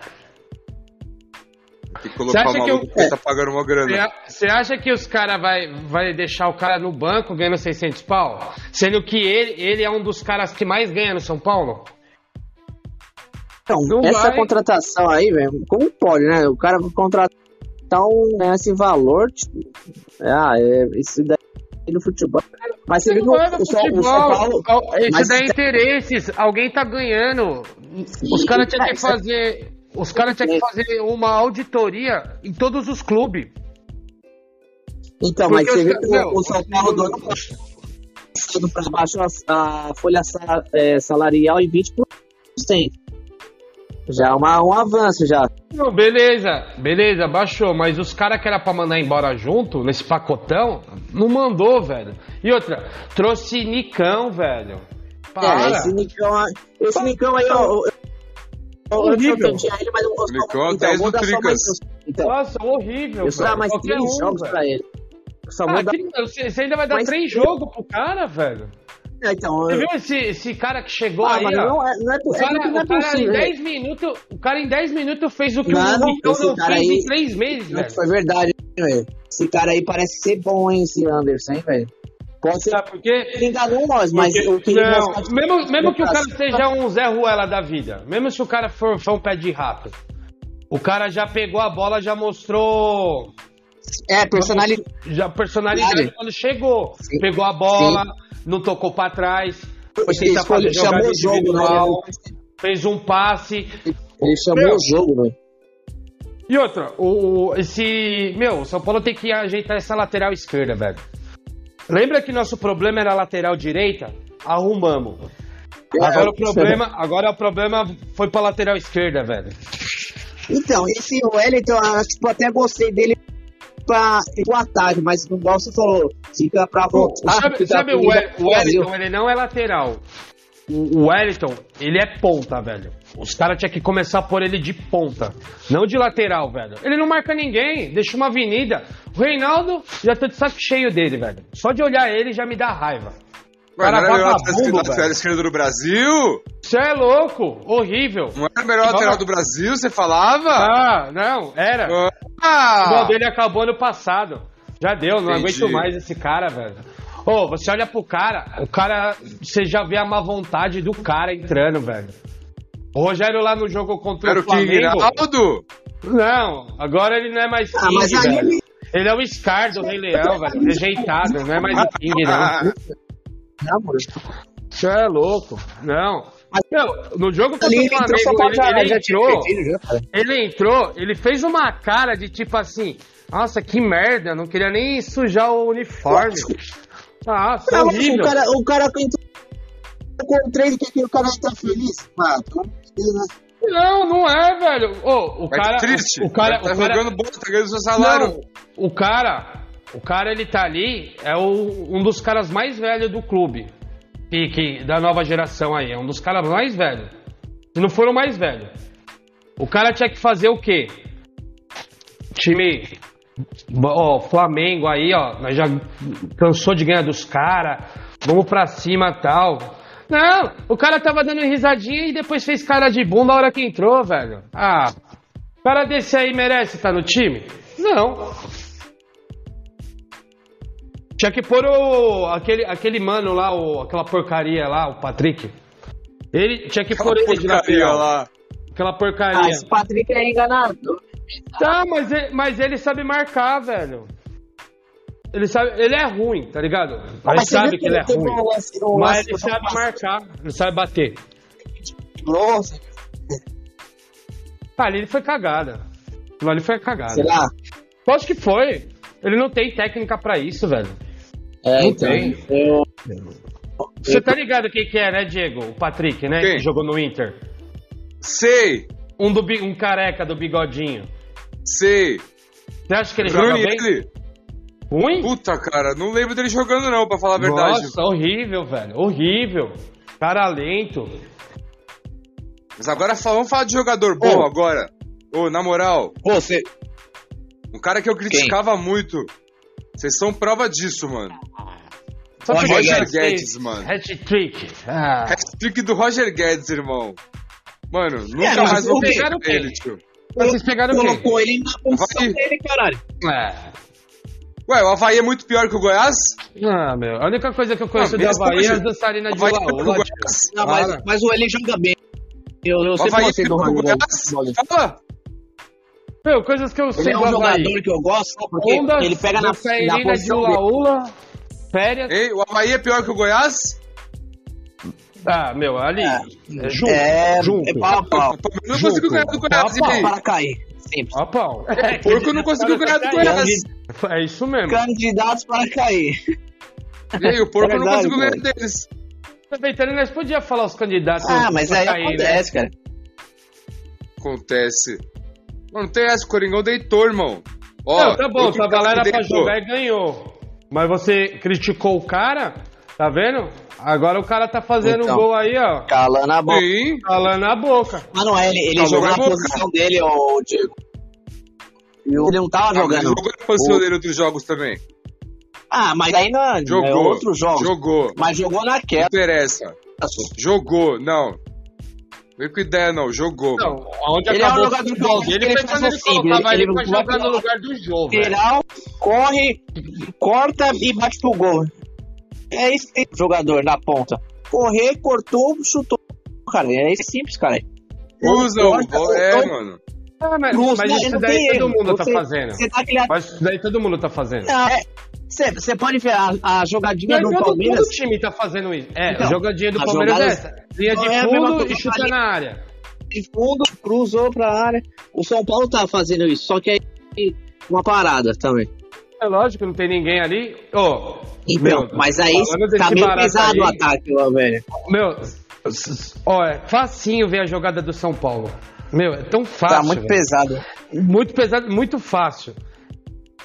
A: Tem que colocar o
C: acha que
A: maluco
C: eu-
A: que tá pagando uma
C: Você
A: grana.
C: a- Você acha que os caras vai, vai deixar o cara no banco ganhando 600 pau? Sendo que ele, ele é um dos caras que mais ganha no São Paulo?
B: Então,
C: Não
B: essa
C: vai.
B: contratação aí, velho, como pode, né? O cara contratar um, né, esse valor, tipo, ah, é, isso daí no futebol. Mas você viu que
C: Não é do
B: o, o, São- o São Paulo.
C: Al- Isso
B: mas- tá-
C: daí é interesses. Alguém tá ganhando. Os caras tinham que
B: Sim, cara,
C: fazer. Os caras tinham que fazer uma auditoria em todos os clubes.
B: Então,
C: Porque
B: mas você
C: os
B: viu
C: ca-
B: que
C: não,
B: o, o São Paulo do ano passado para baixo a, a folha sa- é, salarial em 20%. Já é uma, um avanço, já.
C: Não, beleza, beleza, baixou. Mas os caras que era pra mandar embora junto, nesse pacotão, não mandou, velho. E outra, trouxe Nicão, velho. Para.
B: É, esse Nicão, aí- esse Nicão aí, ó. eu- Eu, eu,
C: Horrível.
B: defendia ele, mas eu gosto
A: Nicão é o 10
B: vou
A: do
B: dar só mais- Então,
C: Nossa, horrível.
B: Eu só dá mais
C: Qualquer
B: três
C: um,
B: jogos
C: velho.
B: pra ele. Só
C: Ah,
B: vou dar...
C: que- você você ainda vai dar
B: Mas-
C: três jogos pro cara, velho?
B: Ah, Então,
C: Você
B: eu-
C: viu esse, esse cara que chegou
B: Ah,
C: aí,
B: mano,
C: ó?
B: não é, não é,
C: O
B: po- é
C: cara,
B: que não é
C: o cara
B: possível.
C: em
B: né?
C: 10 minutos, o cara em 10 minutos fez o que
B: Não,
C: o Nicão
B: esse
C: não
B: cara
C: fez
B: aí-
C: em 3 meses,
B: Não,
C: velho.
B: Foi verdade, hein, velho. Esse cara aí parece ser bom, hein, esse Anderson, hein, velho. Pode ser
C: Sabe por quê?
B: que ele enganou nós, mas o que ele
C: Não,
B: nós-
C: mesmo, mesmo que o cara
B: Lucas,
C: seja um Zé Ruela da vida, mesmo se o cara for, for um pé de rato, o cara já pegou a bola, já mostrou
B: É, personalidade.
C: já personalidade
B: Claro.
C: quando chegou.
B: Sim.
C: Pegou a bola, não tocou pra trás, foi
B: Ele
C: tentar fazer
B: escolheu,
C: jogada
B: chamou o jogo, né?
C: individual, fez um passe.
B: Ele chamou
C: Meu.
B: o jogo, né? velho.
C: E outra, o, o- esse. Meu, o São Paulo tem que ajeitar essa lateral esquerda, velho. Lembra que nosso problema era a lateral direita? Arrumamos.
B: É,
C: Agora o problema, agora o problema foi pra lateral esquerda, velho.
B: Então, esse Wellington, eu, tipo, até gostei dele pra o ataque, mas igual você falou, fica pra voltar.
C: sabe
B: fica
C: sabe o,
B: pra-
C: Wel- o Wellington, ele não é lateral. O, o Wellington, ele é ponta, velho. Os caras tinham que começar por ele de ponta, não de lateral, velho. Ele não marca ninguém, deixa uma avenida. O Reinaldo, já tô de saco cheio dele, velho. Só de olhar ele já me dá raiva.
A: Ué, não
C: cara
A: era melhor
C: vagabundo,
A: lateral
C: velho.
A: esquerda do Brasil?
C: Você é louco, horrível.
A: Não era melhor lateral do Brasil, você falava?
C: Ah, não, era. O
A: Ah!
C: gol dele acabou ano passado. Já deu, não
A: Entendi.
C: aguento mais esse cara, velho. Ô, você olha pro cara, o cara, você já vê a má vontade do cara entrando, velho. O Rogério lá no jogo contra
A: Era
C: o
A: o King
C: Flamengo.
A: Ronaldo?
C: Não, agora ele não é mais
B: Ah,
C: King,
B: mas aí
C: velho.
B: ele-
C: Ele é o Scar do Rei Leão, velho. Rejeitado, não é mais o King,
A: Ah,
C: não.
B: Não, mano.
C: Você é louco. Não.
B: Mas-
C: Não, no jogo contra
B: Ali
C: o
B: ele entrou, só
C: Flamengo,
B: pode já,
C: ele, ele
B: já tinha
C: entrou.
B: perdido, já, cara.
C: Ele entrou, ele fez uma cara de tipo assim: Nossa, que merda, eu não queria nem sujar o uniforme. Nossa,
B: Ah, o
C: horrível.
B: cara, o cara que entrou com três, que, que o cara tá feliz? Ah, pelo amor de Deus, né?
C: Não, não é, velho. Ô, o
A: Mas
C: cara.
A: tá triste.
C: O cara,
A: tá
C: o cara,
A: jogando bola, tá ganhando seu salário.
C: Não, o cara, o cara ele tá ali, é o- um dos caras mais velhos do clube. Que, que- da nova geração aí, é um dos caras mais velhos. Se não for o mais velho. O cara tinha que fazer o quê? Time Bo- Ó, Flamengo aí, ó, nós já cansou de ganhar dos caras, vamos pra cima tal. Não, o cara tava dando risadinha e depois fez cara de bunda a hora que entrou, velho. Ah, o cara desse aí merece estar no time? Não. Tinha que pôr o, aquele, aquele mano lá, o, aquela porcaria lá, o Patrick. Ele tinha que pôr
A: Aquela
C: ele de
A: porcaria
C: lateral.
A: lá.
C: Aquela porcaria.
B: Ah, esse Patrick é enganador.
C: Tá, mas ele, mas ele sabe marcar, velho. Ele sabe, ele é ruim, tá ligado? Mas
B: você
C: sabe
B: viu
C: que ele é
B: teve
C: ruim.
B: um lance- um
C: Mas
B: lance
C: ele
B: do
C: sabe
B: Vasco?
C: marcar, ele sabe bater.
B: Nossa,
C: Ah, ali foi cagada. Aquilo ali foi cagada.
B: sei lá.
C: Eu acho que foi. Ele não tem técnica pra isso, velho.
B: É,
C: Não
B: então.
C: tem.
B: Eu,
C: Você tá ligado quem que é, né, Diego? O Patrick, né?
A: Quem?
C: Que jogou no Inter.
A: Sei,
C: Um, do, bi- um careca do bigodinho.
A: sei.
C: Você acha que ele joga
A: Ruim
C: bem?
A: ele.
C: Ruim?
A: Puta, cara, não lembro dele jogando não, pra falar a verdade.
C: Nossa, horrível, velho. Horrível. Cara lento.
A: Mas agora fala- vamos falar de jogador bom
B: Ô.
A: agora. Ô, na moral,
B: você.
A: um cara que eu criticava muito. Vocês são prova disso, mano.
C: Só
B: Roger
C: porque-
A: Guedes. Guedes, mano.
C: Hat-trick. Ah.
A: Hat-trick do Roger Guedes, irmão. Mano, nunca
B: mas
A: mais vou
B: o quê?
A: pegar
C: Pegaram quem?
A: ele, tio.
C: Mas vocês pegaram o quê?
B: Colocou ele na função
A: Vai.
B: dele, caralho.
C: É.
A: Ué, o Havaí é muito pior que o Goiás?
C: Ah, meu. A única coisa que eu conheço
B: Ah,
A: Não,
C: do
A: mesmo
C: Havaí é
A: hoje,
C: as dançarinas de
A: Havaí é pior que o
C: Laola.
A: Goiás?
B: Não, mas,
C: Para.
B: mas o Eli joga bem. Eu, eu
A: O
B: sempre
A: Havaí é
B: gostei do
A: pior que o
B: Rony
A: Goiás? Fala!
C: Meu, coisas que eu
B: Ele é
C: sei do
B: um jogador
C: Havaí.
B: que eu gosto, sabe por quê?
C: Ondas,
B: ele pega na, na
C: dançarina de
B: posição dele.
C: Laola, férias.
A: Hein? O Havaí é pior que o Goiás?
C: Ah, meu, ali.
B: É,
C: É junto.
B: é,
C: junto.
B: é pau a pau.
A: Pelo menos
C: Junto.
A: não conseguiu ganhar do Goiás,
C: Opa,
A: hein?
B: Para cair. Sempre.
C: Ó, pau.
B: É
A: Porco não conseguiu ganhar do Goiás.
C: É isso mesmo.
B: Candidatos para cair.
A: E aí, o porco
B: É
A: não
B: verdade,
A: conseguiu ganhar
B: mano.
A: deles.
C: Aproveitando, nós podíamos falar os candidatos.
B: Ah, mas
C: pra
B: aí
C: cair, né?
B: acontece, cara.
A: Acontece. Mano, não tem essa, o Coringão deitou, irmão. Ó,
C: Não, tá bom,
A: outro
C: tava
A: cara
C: lá era
A: que
C: pra
A: deitou.
C: jogar e ganhou. Mas você criticou o cara, tá vendo? Agora o cara tá fazendo
B: Então.
C: gol aí, ó.
B: Calando a
C: é
B: boca.
A: Sim,
C: Calando a boca.
B: Mas não é, ele, ele
A: Calou
B: jogou
A: a
B: na
A: boca.
B: posição dele, ô Diego. Ele não tava
A: jogando.
B: Tá jogando.
A: jogou na posição dele em outros jogos também.
B: Ah, mas aí não,
A: Jogou.
B: é outro jogo.
A: Jogou. Não
B: Mas jogou naquela.
A: interessa. Jogou, não. Vem com ideia, não. Jogou.
C: Não, onde
B: Ele é um
C: acabou
B: jogador
C: o futebol
B: que
C: dele
B: ele
C: foi
B: faz
C: quando ele
B: assim,
C: colocava
B: ele-
C: ele pra
B: ele vai
C: jogar no
B: pro-
C: lugar do jogo. né? velho.
B: Lateral, corre, corta e bate pro gol. É isso que tem o jogador na ponta. Correr, cortou, chutou. Cara, é isso simples, cara.
A: Usa o.
B: Corta,
A: bo- É,
B: cortou,
A: mano.
C: Ah, mas,
B: cruza,
C: mas
B: né?
C: isso
B: Não
C: daí
B: tem
C: todo
B: erro.
C: mundo tá
B: Você-
C: fazendo.
B: Você tá aquele
C: Mas isso daí todo mundo tá fazendo.
B: Você pode ver a, a jogadinha
C: Mas
B: do
C: todo,
B: Palmeiras.
C: todo time tá fazendo isso. É,
B: Então,
C: a jogadinha do
B: as
C: Palmeiras é
B: jogadas-
C: essa. Linha de
B: Não é a mesma
C: fundo
B: coisa
C: e
B: que eu
C: chuta
B: falei.
C: na área.
B: de fundo, cruzou pra área. O São Paulo tá fazendo isso, só que aí uma parada também.
C: É lógico, não tem ninguém ali. Ô,
B: Então,
C: meu,
B: mas aí
C: falando desse
B: tá meio
C: barato
B: pesado o
C: aí, Tá
B: ataque lá, velho.
C: Meu, ó, é facinho ver a jogada do São Paulo. Meu, é tão fácil.
B: Tá muito
C: velho.
B: pesado.
C: Muito pesado, muito fácil.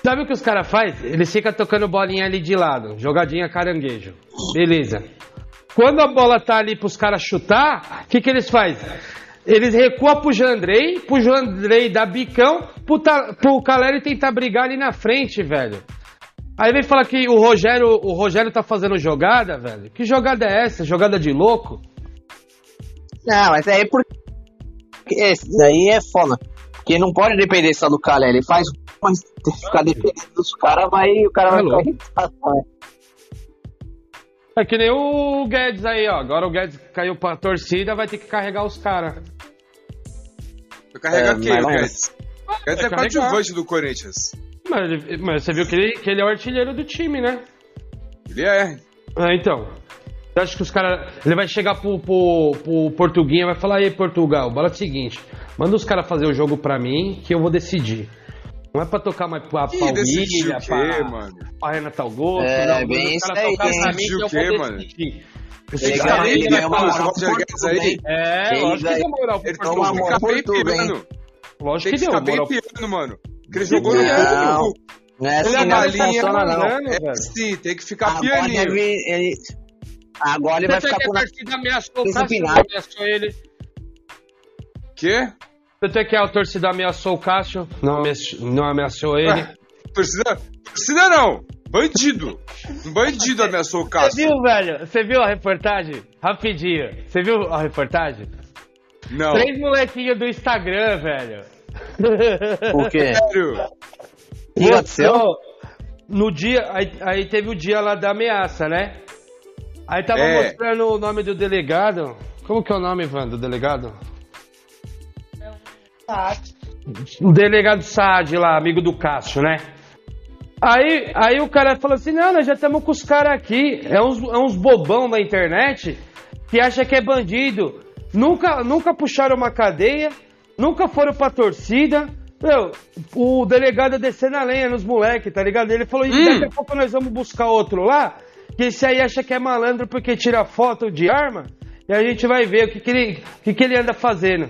C: Sabe o que os caras fazem? Eles ficam tocando bolinha ali de lado, jogadinha caranguejo. Beleza. Quando a bola tá ali pros caras chutar, o que, que eles fazem? Eles recuam pro Jandrei, pro Jandrei dar bicão, pro, ta, pro Caleri tentar brigar ali na frente, velho. Aí vem falar que o Rogério, o Rogério tá fazendo jogada, velho. Que jogada é essa? Jogada de louco?
B: Não, mas aí porque. Esse daí é foda. Porque não pode depender só do Calé. Ele faz. Mas tem que ficar dependendo dos caras, vai o cara vai
C: Tá
B: ficar
C: louco.
B: irritado. né?
C: É que nem o Guedes aí, ó. Agora o Guedes caiu pra torcida, vai ter que carregar os caras.
A: Eu carrego
B: É,
A: aqui,
B: mas-
A: o Guedes. Guedes é
C: vai carregar.
A: coadjuvante do Corinthians.
C: Mas, ele- mas você viu que ele, que ele é o artilheiro do time, né?
A: Ele é.
C: Ah, então. Você acha que os caras. Ele vai chegar pro, pro, pro Portuguinha e vai falar: Ei, Portugal, bora é o seguinte, manda os caras fazer o jogo pra mim que eu vou decidir. Não Não é pra tocar mais pra
A: Que
C: Palmilha,
A: decidiu o quê,
C: pra,
A: mano?
C: pra Renata Augusto.
B: É,
C: não,
B: bem
C: mano, os
B: isso
C: caras
B: aí,
C: tocaram
B: hein?
C: pra mim que eu
A: Decidiu o quê,
C: vou
A: mano?
C: decidir.
A: Ele
C: Esses
A: ganhou-
C: caras-
A: ele ganhou uma
C: Paulo,
A: moral
C: lógico
A: por
C: que
A: tudo, hein?
C: deu- É,
B: Ele
C: lógico que
B: ganhou-
C: deu moral pro
A: Ele
C: Portugal.
A: tomou
B: tomou
A: a
B: Então, amor por
A: bem
B: tudo,
A: piano. Tem
C: Lógico que
A: que
C: deu
A: ficar bem
C: moral.
A: piano, mano. Porque ele jogou no
B: Não.
A: cu.
B: Não é assim,
A: Ele é
B: não, não
A: galinha,
B: funciona, não.
A: mano. É, sim, tem que ficar
B: Agora,
A: pianinho.
B: deve, ele, é agora ele vai ficar com...
C: a torcida ameaçou o
B: Esse
C: Cássio,
B: final.
C: ameaçou ele.
A: Quê?
C: Tanto é que a torcida ameaçou o Cássio, não ameaçou, não ameaçou
A: Ah,
C: ele.
A: Torcida, torcida não. Bandido. Um bandido ameaçou o
C: Você
A: Cássio.
C: viu, velho? Você viu a reportagem? Rapidinho. Você viu a reportagem?
A: Não.
C: Três molequinhos do Instagram, velho.
B: O quê?
A: Sério.
B: O que aconteceu?
C: Mostrou No dia, aí, aí teve o dia lá da ameaça, né? Aí tava
A: É.
C: mostrando o nome do delegado. Como que é o nome, Ivan, do delegado? O delegado Saad lá, amigo do Cássio, né? Aí, aí o cara falou assim, não, nós já estamos com os caras aqui. É uns, é uns bobão na internet que acha que é bandido. Nunca, nunca puxaram uma cadeia, nunca foram pra torcida. Meu, o delegado é descendo a lenha nos moleques, tá ligado? Ele falou, e daqui a pouco nós vamos buscar outro lá, que esse aí acha que é malandro porque tira foto de arma, e a gente vai ver o que, que, ele, o que, que ele anda fazendo.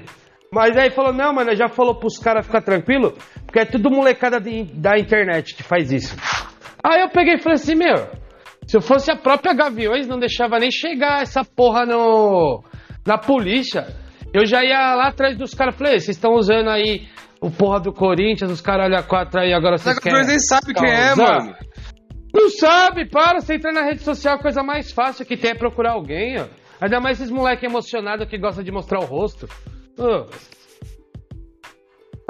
C: Mas aí falou, não, mano, já falou pros caras ficar tranquilo, porque é tudo molecada de- da internet que faz isso. Aí eu peguei e falei assim, meu, se eu fosse a própria Gaviões, não deixava nem chegar essa porra no, na polícia. Eu já ia lá atrás dos caras, falei, "Ei, vocês estão usando aí o porra do Corinthians, os caralho a quatro aí, agora vocês
A: Mas
C: querem...
A: nós nem sabe quem é,
C: causar?"
A: mano.
C: Não sabe, para, você entra na rede social, a coisa mais fácil que tem é procurar alguém, ó. Ainda mais esses moleque emocionado que gosta de mostrar o rosto. Ô.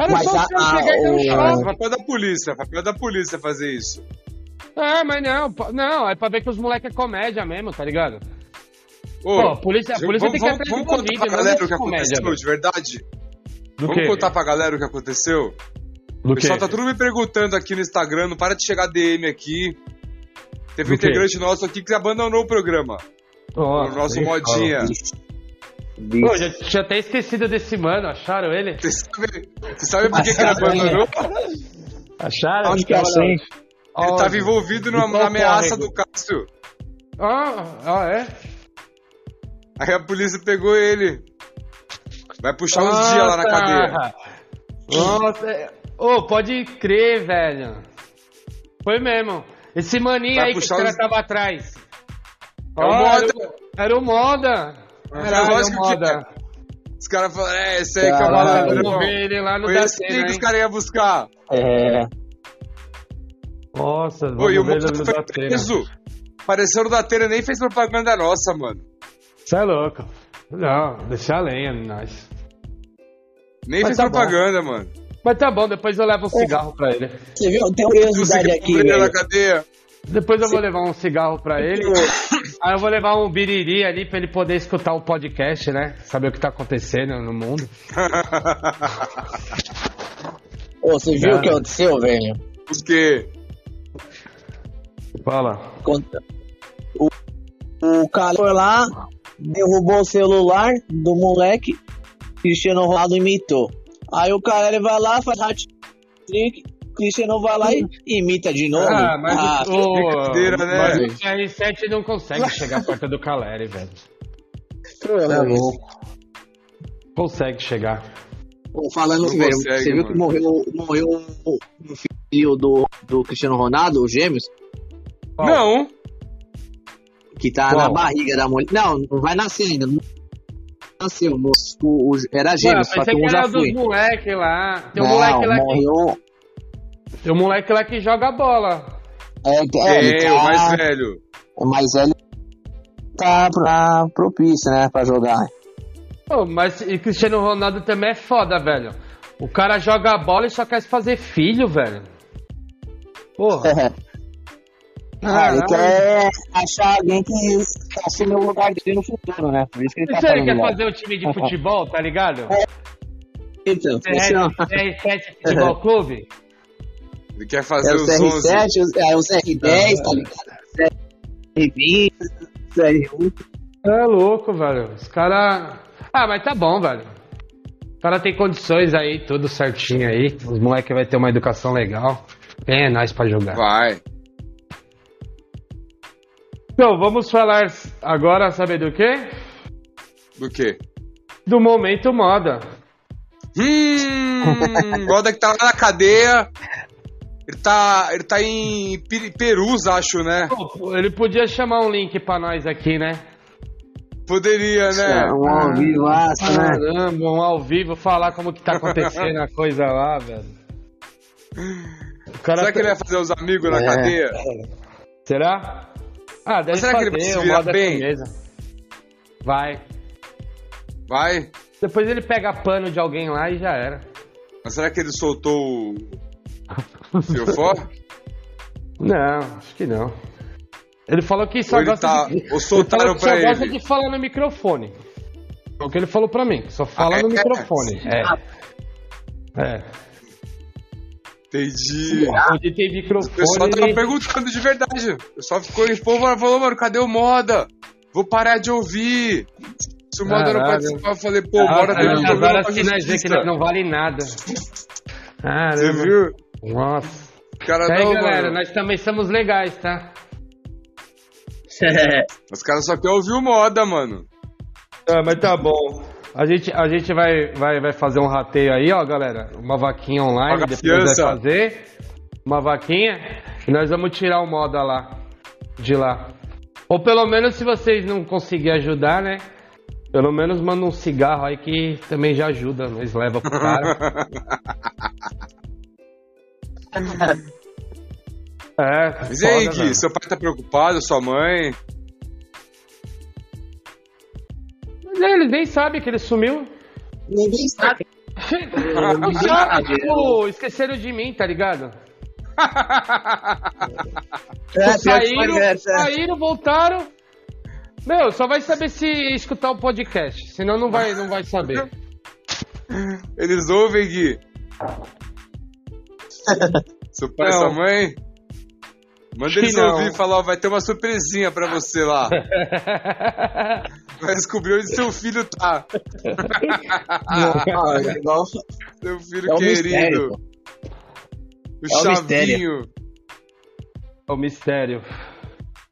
C: Era
B: Mas
C: só
B: a-
C: o senhor
B: a-
C: chegar e dar um
B: o-
A: É
C: choque.
A: papel da polícia, papel da polícia fazer isso.
C: Ah, mas não, pa- não, é pra ver que os moleque é comédia mesmo, tá ligado?
A: Ô,
C: Pô, a polícia- a polícia tem que ir atrás
A: vamos
C: do
A: contar
C: bandido,
A: pra
C: não
A: galera
C: de
A: o que
C: comédia,
A: aconteceu,
C: velho.
A: de verdade?
C: Do
A: vamos contar pra galera o que aconteceu?
C: Do
A: O pessoal tá tudo me perguntando aqui no Instagram, não para de chegar DM aqui. Teve um
C: Do quê? Ah,
A: integrante nosso aqui que abandonou o programa. o nosso modinha.
C: Pô, já tinha até esquecido desse mano, acharam ele?
A: Você sabe, você sabe por que, que ele
B: Passado, hein?
A: abandonou?
C: Acharam?
B: Acho que é assim.
A: Ele
C: tá
A: tava envolvido numa
C: Então,
A: na ameaça
C: corre.
A: do Cássio.
C: Ah, ah, é?
A: Aí a polícia pegou ele. Vai puxar uns
C: Nossa!
A: dias um lá na cadeia.
C: Nossa, é- ô, pode crer, velho. Foi mesmo. Esse maninho
A: Vai
C: aí que o
A: puxar
C: cara
A: os-
C: tava atrás.
A: É o
C: Ó,
A: Moda.
C: Era o, era o Moda.
A: É,
C: Caralho,
A: lógico
C: o Moda.
A: Os caras falaram, é, esse aí que é o
B: Caralho.
C: Vamos
A: malandrão.
C: ver ele lá no
A: Foi
C: da
A: esse
C: cena,
A: que os
C: hein?
A: caras iam buscar.
B: É...
C: Nossa,
A: Pô,
C: vamos
A: e o
C: ver ele
A: Moda
C: no
A: foi
C: da cena.
A: preso. Apareceu no da Datena, nem fez propaganda nossa, mano.
C: Você é louco. Não, deixa a lenha, nós.
A: Nem
C: Mas
A: fez
C: tá bom.
A: propaganda, mano.
C: Mas tá bom, depois eu levo um cigarro pra ele.
B: Você viu? Tem um
A: Você
B: curiosidade
A: que
B: aqui,
A: cobriu na
B: velho.
A: cadeia.
C: Depois eu vou levar um cigarro pra ele. Aí eu vou levar um biriri ali pra ele poder escutar o podcast, né? Saber o que tá acontecendo no mundo.
B: Ô, você viu o que aconteceu, velho?
A: Porque
C: Fala.
B: Conta. O, o cara foi lá, derrubou o celular do moleque, Cristiano Ronaldo imitou. Aí o cara ele vai lá, faz hat-trick, Cristiano vai lá e imita de novo.
C: Ah, mas
B: Ah,
C: o, o-
A: brincadeira, né?
C: mas o CR7 não consegue chegar perto do Caleri, velho.
B: pô, velho.
C: Consegue chegar.
B: Pô, Falando,
A: Não
B: velho,
A: consegue,
B: você viu
A: mano.
B: que morreu, morreu um, um filho do, do Cristiano Ronaldo, os gêmeos?
C: Ó,
A: Não.
B: Que tá
C: Qual?
B: na barriga da mulher. Não, não vai nascer ainda. Não nasceu. no- o- o- era
C: Mano,
B: gêmeos, só
C: pensei
B: que um
C: que era
B: já foi.
C: dos moleque lá. Tem um
B: não,
C: moleque lá, que,
B: morreu.
C: tem um moleque lá que joga bola.
B: É, é, ele
A: É, o
B: tá-
A: mais velho.
B: Mas ele tá pra, propício, né, pra jogar.
C: Pô, mas e Cristiano Ronaldo também é foda, velho. O cara joga bola e só quer fazer filho, velho. Porra.
B: Ah, ele
C: Caralho.
B: quer achar alguém que assume o lugar dele no futuro, né? Por isso que ele tá
C: Isso aí
B: falando.
C: quer
B: lá.
C: fazer um time de futebol, tá ligado?
B: Então,
C: É,
B: funciona.
C: CR7 Futebol Clube?
A: Ele quer
B: É
A: fazer
B: o
A: os 11.
B: CR7, os- é o CR10, tá ligado? um, CR20, CR1.
C: É louco, velho. Os caras. Ah, mas tá bom, velho. O cara tem condições aí, tudo certinho aí. Os moleques vai ter uma educação legal. É nós pra jogar.
A: Vai.
C: Então, vamos falar agora, sabe do quê?
A: Do quê?
C: Do momento moda.
A: Hum, Goda que tá lá na cadeia. Ele tá, ele tá em Peri- Perus, acho, né?
C: Pô, Ele podia chamar um link pra nós aqui, né?
A: Poderia, né?
B: É, um ao vivaço, né?
C: Caramba, um ao vivo falar como que tá acontecendo a coisa lá, velho. O cara
A: Será que
C: tá-
A: ele vai fazer os amigos na
B: É.
A: cadeia?
C: Será? Ah, deve
A: será que ele vai
C: fazer,
A: se
C: o
A: virar
C: modo é
A: bem?
C: firmeza. Vai.
A: Vai.
C: Depois ele pega pano de alguém lá e já era.
A: Mas será que ele soltou o Fiofó?
C: Não, acho que não. Ele falou que só
A: Ou ele
C: gosta
A: tá-
C: de...
A: ou soltaram
C: ele falou que só
A: pra
C: gosta
A: ele?
C: de falar no microfone. É o que ele falou pra mim, que só fala
A: Ah,
C: no
A: é?
C: microfone. É. É.
A: Entendi.
C: Onde tem
A: O pessoal
C: microfone,
A: É. tava
C: ele-
A: perguntando de verdade. O pessoal ficou em povo falou, mano, cadê o moda? Vou parar de ouvir. Se o moda não
C: Caralho.
A: participar, eu falei, pô, bora
C: Ah,
A: ter um problema
C: agora
A: com a
C: se nós vê né, que
A: justiça.
C: nós não vale nada.
A: Você
C: Caramba.
A: viu?
C: Nossa.
A: O cara
C: É,
A: não,
C: galera,
A: mano.
C: nós também somos legais, tá?
A: Os caras só querem ouvir o moda, mano.
C: Ah, mas tá bom. A gente, a gente vai, vai, vai fazer um rateio aí, ó, galera. Uma vaquinha online,
A: Paga a
C: depois
A: fiança.
C: vai fazer. Uma vaquinha. E nós vamos tirar o moda lá. De lá. Ou pelo menos se vocês não conseguirem ajudar, né? Pelo menos manda um cigarro aí que também já ajuda. Nós leva pro cara. é,
A: Mas e aí,
C: foda,
A: Gui,
C: velho.
A: seu pai tá preocupado, sua mãe?
C: Mas Eles nem sabem que ele sumiu.
B: Ninguém sabe. Ninguém
C: Ah,
B: sabe.
C: tipo, esqueceram de mim, tá ligado?
B: É,
C: tá
B: pior que
C: saíram,
B: parece, é.
C: saíram, voltaram. Meu, só vai saber se escutar o podcast, senão não vai, não vai saber.
A: Eles ouvem, Gui? seu pai e
C: Não.
A: sua mãe? Manda
C: Acho que
A: eles
C: não.
A: ouvir e falar, ó, vai ter uma surpresinha pra você lá. Vai descobrir onde seu filho tá.
B: Ah, é igual-
A: Seu filho
B: É um
A: querido.
B: mistério, pô.
A: O
B: É um
A: chavinho.
C: É o mistério.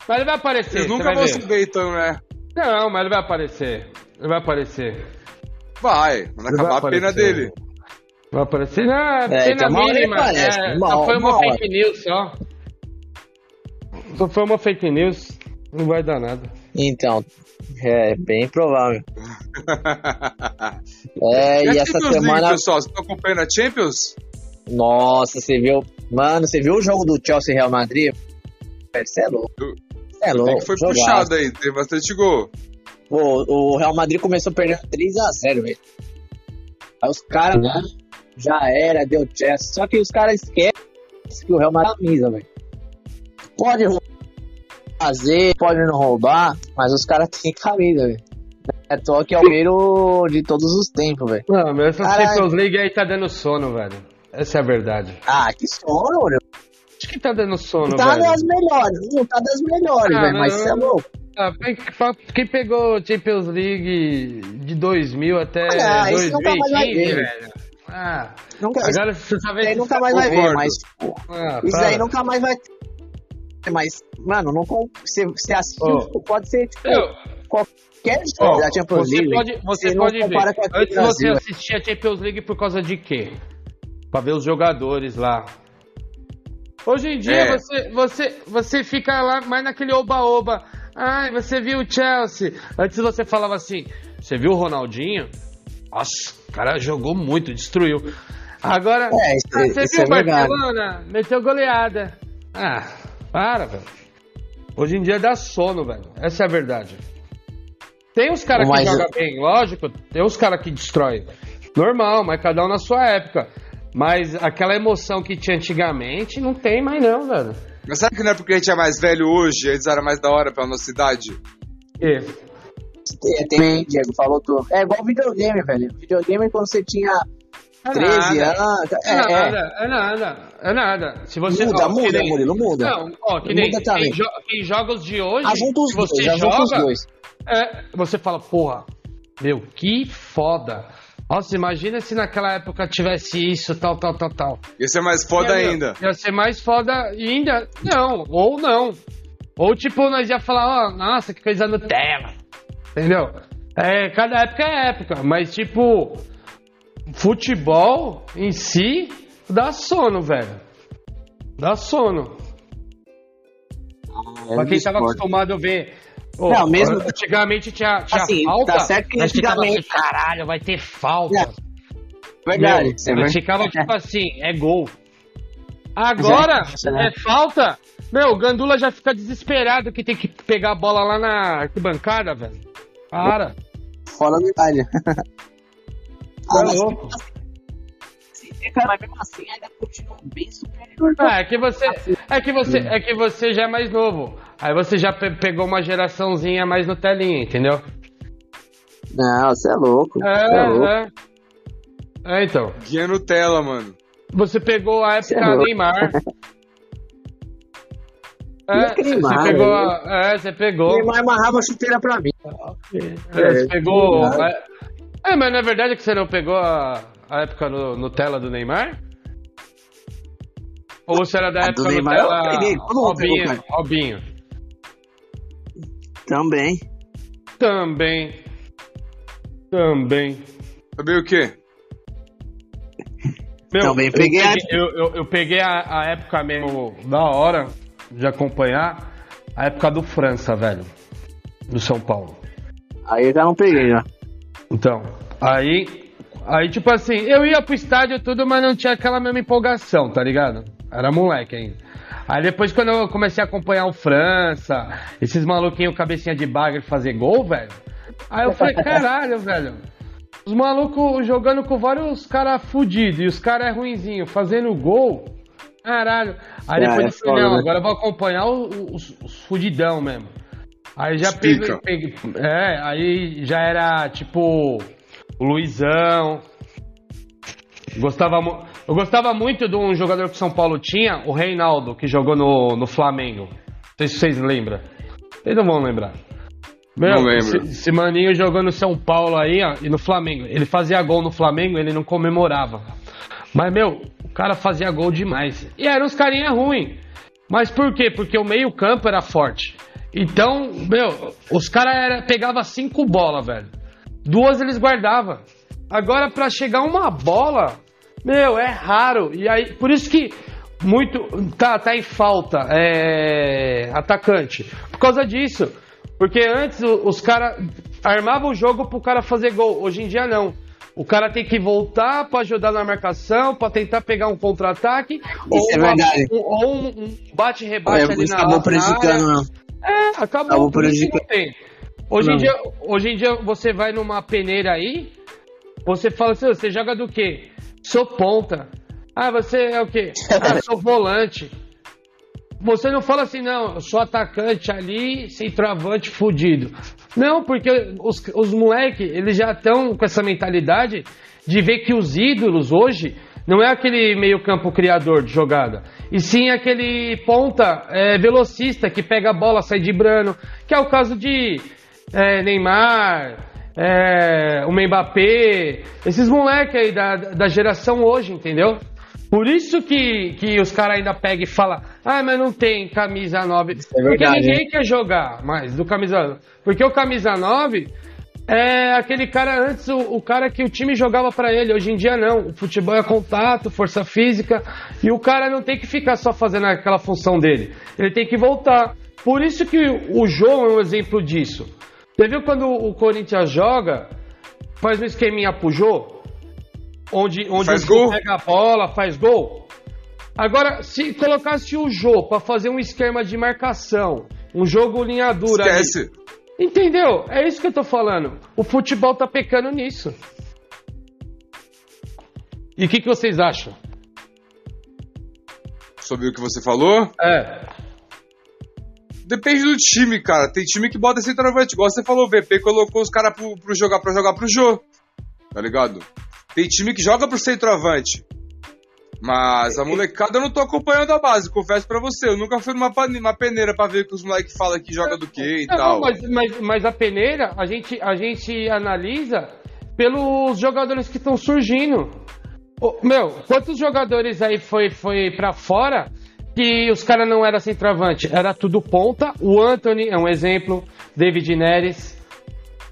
C: Mas ele vai aparecer.
A: Eles
C: você
A: nunca
C: vai
A: vão
C: ver.
A: saber, então, né?
C: Não, mas ele vai aparecer. Ele vai aparecer.
A: Vai, quando
C: Ele vai
A: acabar a pena
C: aparecer.
A: dele.
C: Vai aparecer. Não,
B: É,
C: pena
B: então uma hora ele
C: mínima.
B: aparece,
C: é,
B: uma
C: só
B: hora-
C: foi uma,
B: uma hora.
C: fake news só. Só foi uma fake news. Não vai dar nada.
B: Então, é bem provável. É,
A: a
B: e essa
A: Champions League,
B: semana.
A: pessoal? Vocês estão acompanhando a Champions?
B: Nossa, você viu. Mano, você viu o jogo do Chelsea e Real Madrid? Você é louco.
A: Eu-
B: Cê é
A: Tem
B: louco.
A: que foi
B: jogaço.
A: puxado aí, teve bastante gol.
B: O, o Real Madrid começou perdendo 3x0, velho. Aí os caras né, já era, deu chess. Só que os caras esquecem que o Real Madrid é camisa, velho. Pode rou- fazer, pode não roubar, mas os caras têm camisa, velho. É toque é o primeiro de todos os tempos, velho.
C: Não, meu, essa
B: Caralho.
C: Champions League aí tá dando sono, velho. Essa é a verdade.
B: Ah, que sono, velho.
C: Acho que tá dando sono,
B: Tá
C: velho.
B: das melhores, não tá das melhores,
C: Ah,
B: velho, mas
C: não.
B: você é louco.
C: Ah, quem- Quem pegou Champions League de 2000 até
B: Ah, não, esse nunca mais vai
C: 2015,
B: ver.
C: velho? Ah,
B: Nunca, isso
C: agora você tá sabe...
B: aí nunca mais vai ver,
A: Concordo.
B: mas pô,
C: Ah,
B: Isso
C: para.
B: aí nunca mais vai ter. Mas, mano, não com... você, você assiste,
C: Ô.
B: pode ser tipo,
C: Meu,
B: qualquer
C: ó,
B: jogo da Champions
C: você
B: League.
C: pode, você
B: não
C: pode ver.
B: compara com aquele
C: Antes você
B: Brasil, velho.
C: assistia a Champions League por causa de quê? Pra ver os jogadores lá. Hoje em dia
A: É.
C: você, você, você fica lá mais naquele oba-oba. Ai, você viu o Chelsea. Antes você falava assim, você viu o Ronaldinho? Nossa, o cara jogou muito, destruiu. Agora,
B: É, isso-
C: ah, você
B: isso
C: viu
B: é
C: o
B: verdade.
C: Barcelona? Meteu goleada. Ah, para, velho. Hoje em dia dá sono, velho. Essa é a verdade. Tem uns caras que
B: Mas-
C: jogam bem, lógico, tem uns caras que destrói. Normal, mas cada um na sua época. Mas aquela emoção que tinha antigamente não tem mais não, velho.
A: Mas sabe que não é porque a gente é mais velho hoje, eles eram mais da hora pra nossa idade?
C: E,
B: É, Tem, Diego, falou tudo. É igual videogame, velho. Videogame quando você tinha
C: é
B: 13
C: nada.
B: anos.
C: É,
B: É, é.
C: nada, é nada, é nada. Se você
B: Muda,
C: ó, que
B: muda,
C: nem-
B: Murilo, muda.
C: Não, ó, que nem,
B: Muda
C: tem,
B: também.
C: jo tem jogos de hoje,
B: Ajunta é. Tá os
C: que você
B: dois, ajunta os
C: joga,
B: dois.
C: É, você fala, porra, meu, que foda. Nossa, imagina se naquela época tivesse isso, tal, tal, tal, tal.
A: Ia ser é mais foda
C: Ia-
A: ainda.
C: Ia ser mais foda ainda. Não, ou não. Ou tipo, nós ia falar, ó, nossa, que coisa Nutella. Entendeu? É, cada época é época, mas tipo, futebol em si dá sono, velho. Dá sono.
B: Ah, eu
C: pra quem
B: discordo.
C: tava acostumado a ver. ô,
B: Não, mesmo-
C: Antigamente tinha, tinha
B: Assim,
C: falta.
B: tá certo que
C: nós ficava
B: antigamente-
C: assim, caralho, vai ter falta.
B: É. Verdade.
C: Meu,
B: isso é
C: eu
B: verdade.
C: ficava tipo assim, é gol. Agora
B: É.
C: é falta. Meu, o Gandula já fica desesperado que tem que pegar a bola lá na arquibancada, velho. Para.
B: Fora da Itália.
C: Tá
B: Ah, mas
C: louco.
B: assim, cara, mas mesmo assim ainda continua bem superior.
C: Ah, é que você, é que você, é que você já é mais novo. Aí você já pe- pegou uma geraçãozinha mais no telinha, entendeu?
B: Não, você é louco. Você é louco.
C: É, é. É, então.
A: Guia Nutella, mano.
C: Você pegou a
B: Você é
C: época
B: louco.
C: tá Neymar. É,
B: que Neymar,
C: você pegou. a- É, você pegou.
B: Neymar amarrava a chuteira pra mim.
C: É, você
B: É,
C: pegou.
B: Neymar.
C: É, é, mas não é verdade que você não pegou a, a época no, Nutella do Neymar? Ou você era da
B: A do
C: época
B: Neymar eu
C: Nutella
B: peguei, todo mundo pegou,
C: Robinho,
B: cara.
C: Robinho?
B: Também.
C: Também. Também.
A: Também o quê?
B: Também
C: eu
B: peguei a-
C: Eu, eu- eu peguei a, a época mesmo da hora de acompanhar a época do França, velho. Do São Paulo.
B: Aí eu já não peguei, já.
C: Então, aí, aí tipo assim, eu ia pro estádio e tudo, mas não tinha aquela mesma empolgação, tá ligado? Era moleque ainda. Aí depois quando eu comecei a acompanhar o França, esses maluquinhos cabecinha de bagre fazer gol, velho. Aí eu falei, caralho, velho. Os malucos jogando com vários caras fudidos e os caras é ruinzinho, fazendo gol. Caralho. Aí
B: Ah,
C: depois
B: é
C: eu falei,
B: foda,
C: não,
B: né?
C: agora eu vou acompanhar o- os, os fudidão mesmo. Aí já
A: Explica.
C: peguei, peguei- É, aí já era tipo o Luizão. Gostava, mu- eu gostava muito de um jogador que o São Paulo tinha, o Reinaldo, que jogou no, no Flamengo. Não sei se vocês lembram. Vocês não vão lembrar. Meu,
A: Não lembro.
C: Esse, esse maninho jogou no São Paulo aí, ó, e no Flamengo. Ele fazia gol no Flamengo, ele não comemorava. Mas, meu, o cara fazia gol demais. E eram uns carinha ruim. Mas por quê? Porque o meio-campo era forte. Então, meu, os caras pegavam cinco bolas, velho. Duas eles guardavam. Agora, pra chegar uma bola, meu, é raro. E aí, por isso que muito. Tá, tá em falta. É. Atacante. Por causa disso. Porque antes o- os caras armavam o jogo pro cara fazer gol. Hoje em dia não. O cara tem que voltar pra ajudar na marcação, pra tentar pegar um contra-ataque. Ou,
B: é
C: uma-
B: verdade.
C: um- ou um, um bate-rebate
B: Aí,
C: ali na
B: É, acabou
C: na área.
B: prejudicando. não.
C: É, acabou.
B: Acabou
C: por isso
B: prejudicando.
C: que não tem. Hoje,
B: Não.
C: em dia, hoje em dia você vai numa peneira aí, você fala assim, "Ô, você joga do quê? Sou ponta. Ah, você é o quê? Ah, sou volante. Você não fala assim, não, eu sou atacante ali, centroavante fudido. Não, porque os, os moleques, eles já estão com essa mentalidade de ver que os ídolos hoje não é aquele meio campo criador de jogada, e sim aquele ponta é, velocista que pega a bola, sai de brano, que é o caso de é, Neymar, é, o Mbappé, esses moleques aí da, da geração hoje, entendeu? Por isso que, que os caras ainda pegam e falam, ah, mas não tem camisa 9. Porque
B: verdade,
C: ninguém quer jogar mais do camisa 9. Porque o camisa 9 é aquele cara antes, o, o cara que o time jogava pra ele. Hoje em dia não. O futebol é contato, força física. E o cara não tem que ficar só fazendo aquela função dele. Ele tem que voltar. Por isso que o João é um exemplo disso. Você viu quando o Corinthians joga, faz um esqueminha pro Jô, onde, onde
A: Faz
C: o Jô
A: gol.
C: pega a bola, faz gol. Agora, se colocasse o Jô pra fazer um esquema de marcação, um jogo linha dura, ali,
A: Esquece.
C: Entendeu? É isso que eu tô falando. O futebol tá pecando nisso. E o que, que vocês acham?
A: Sobre o que você falou?
C: É.
A: Depende do time, cara. Tem time que bota centroavante. Igual você falou, o VP colocou os caras pro, pro jogar, pra jogar pro jogo. Tá ligado? Tem time que joga pro centroavante. Mas a molecada eu não tô acompanhando a base, confesso pra você. Eu nunca fui numa, pane- numa peneira pra ver que os moleques falam que joga do que e
C: É, Não,
A: tal.
C: mas, mas- mas a peneira, a gente, a gente analisa pelos jogadores que estão surgindo. Ô, meu, quantos jogadores aí foi, foi para fora que os caras não eram centroavante? Era tudo ponta. O Anthony é um exemplo, David Neres.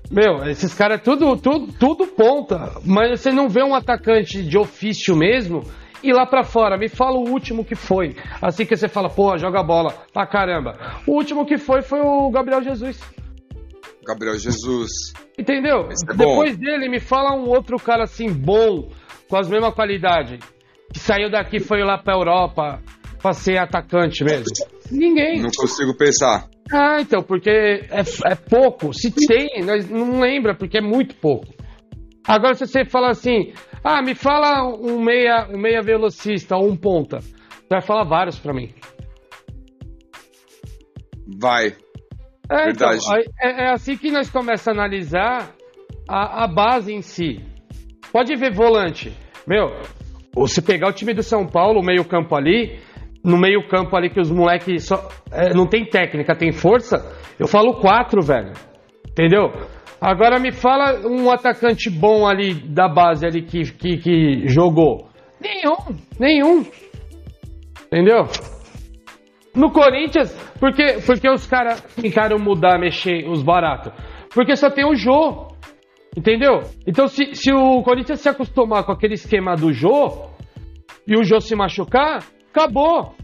C: Meu, esses caras tudo, tudo, tudo ponta. Mas você não vê um atacante de ofício mesmo e lá pra fora, me fala o último que foi. Assim que você fala, pô, joga bola pra caramba. O último que foi foi o Gabriel Jesus.
A: Gabriel Jesus.
C: Entendeu?
A: Esse é bom.
C: Depois dele, me fala um outro cara assim, bom, com as mesma qualidade. Que saiu daqui, foi lá pra Europa pra ser atacante mesmo. Ninguém.
A: Não consigo pensar.
C: Ah, então, porque é, é pouco. Se tem, nós não lembra, porque é muito pouco. Agora, se você fala assim, ah, me fala um meia, um meia velocista ou um ponta, você vai falar vários pra mim.
A: Vai.
C: É, então,
A: Verdade.
C: aí- é, é assim que nós começamos a analisar a, a base em si. Pode ver volante. Meu, ou se pegar o time do São Paulo, o meio-campo ali, no meio-campo ali que os moleques só. é, não tem técnica, tem força, eu falo quatro, velho. Entendeu? Agora me fala um atacante bom ali da base ali que, que, que jogou. Nenhum, nenhum. Entendeu? No Corinthians, porque, porque os caras tentaram mudar, mexer os baratos. Porque só tem o Jô. Entendeu? Então, se, se o Corinthians se acostumar com aquele esquema do Jô e o Jô se machucar, acabou.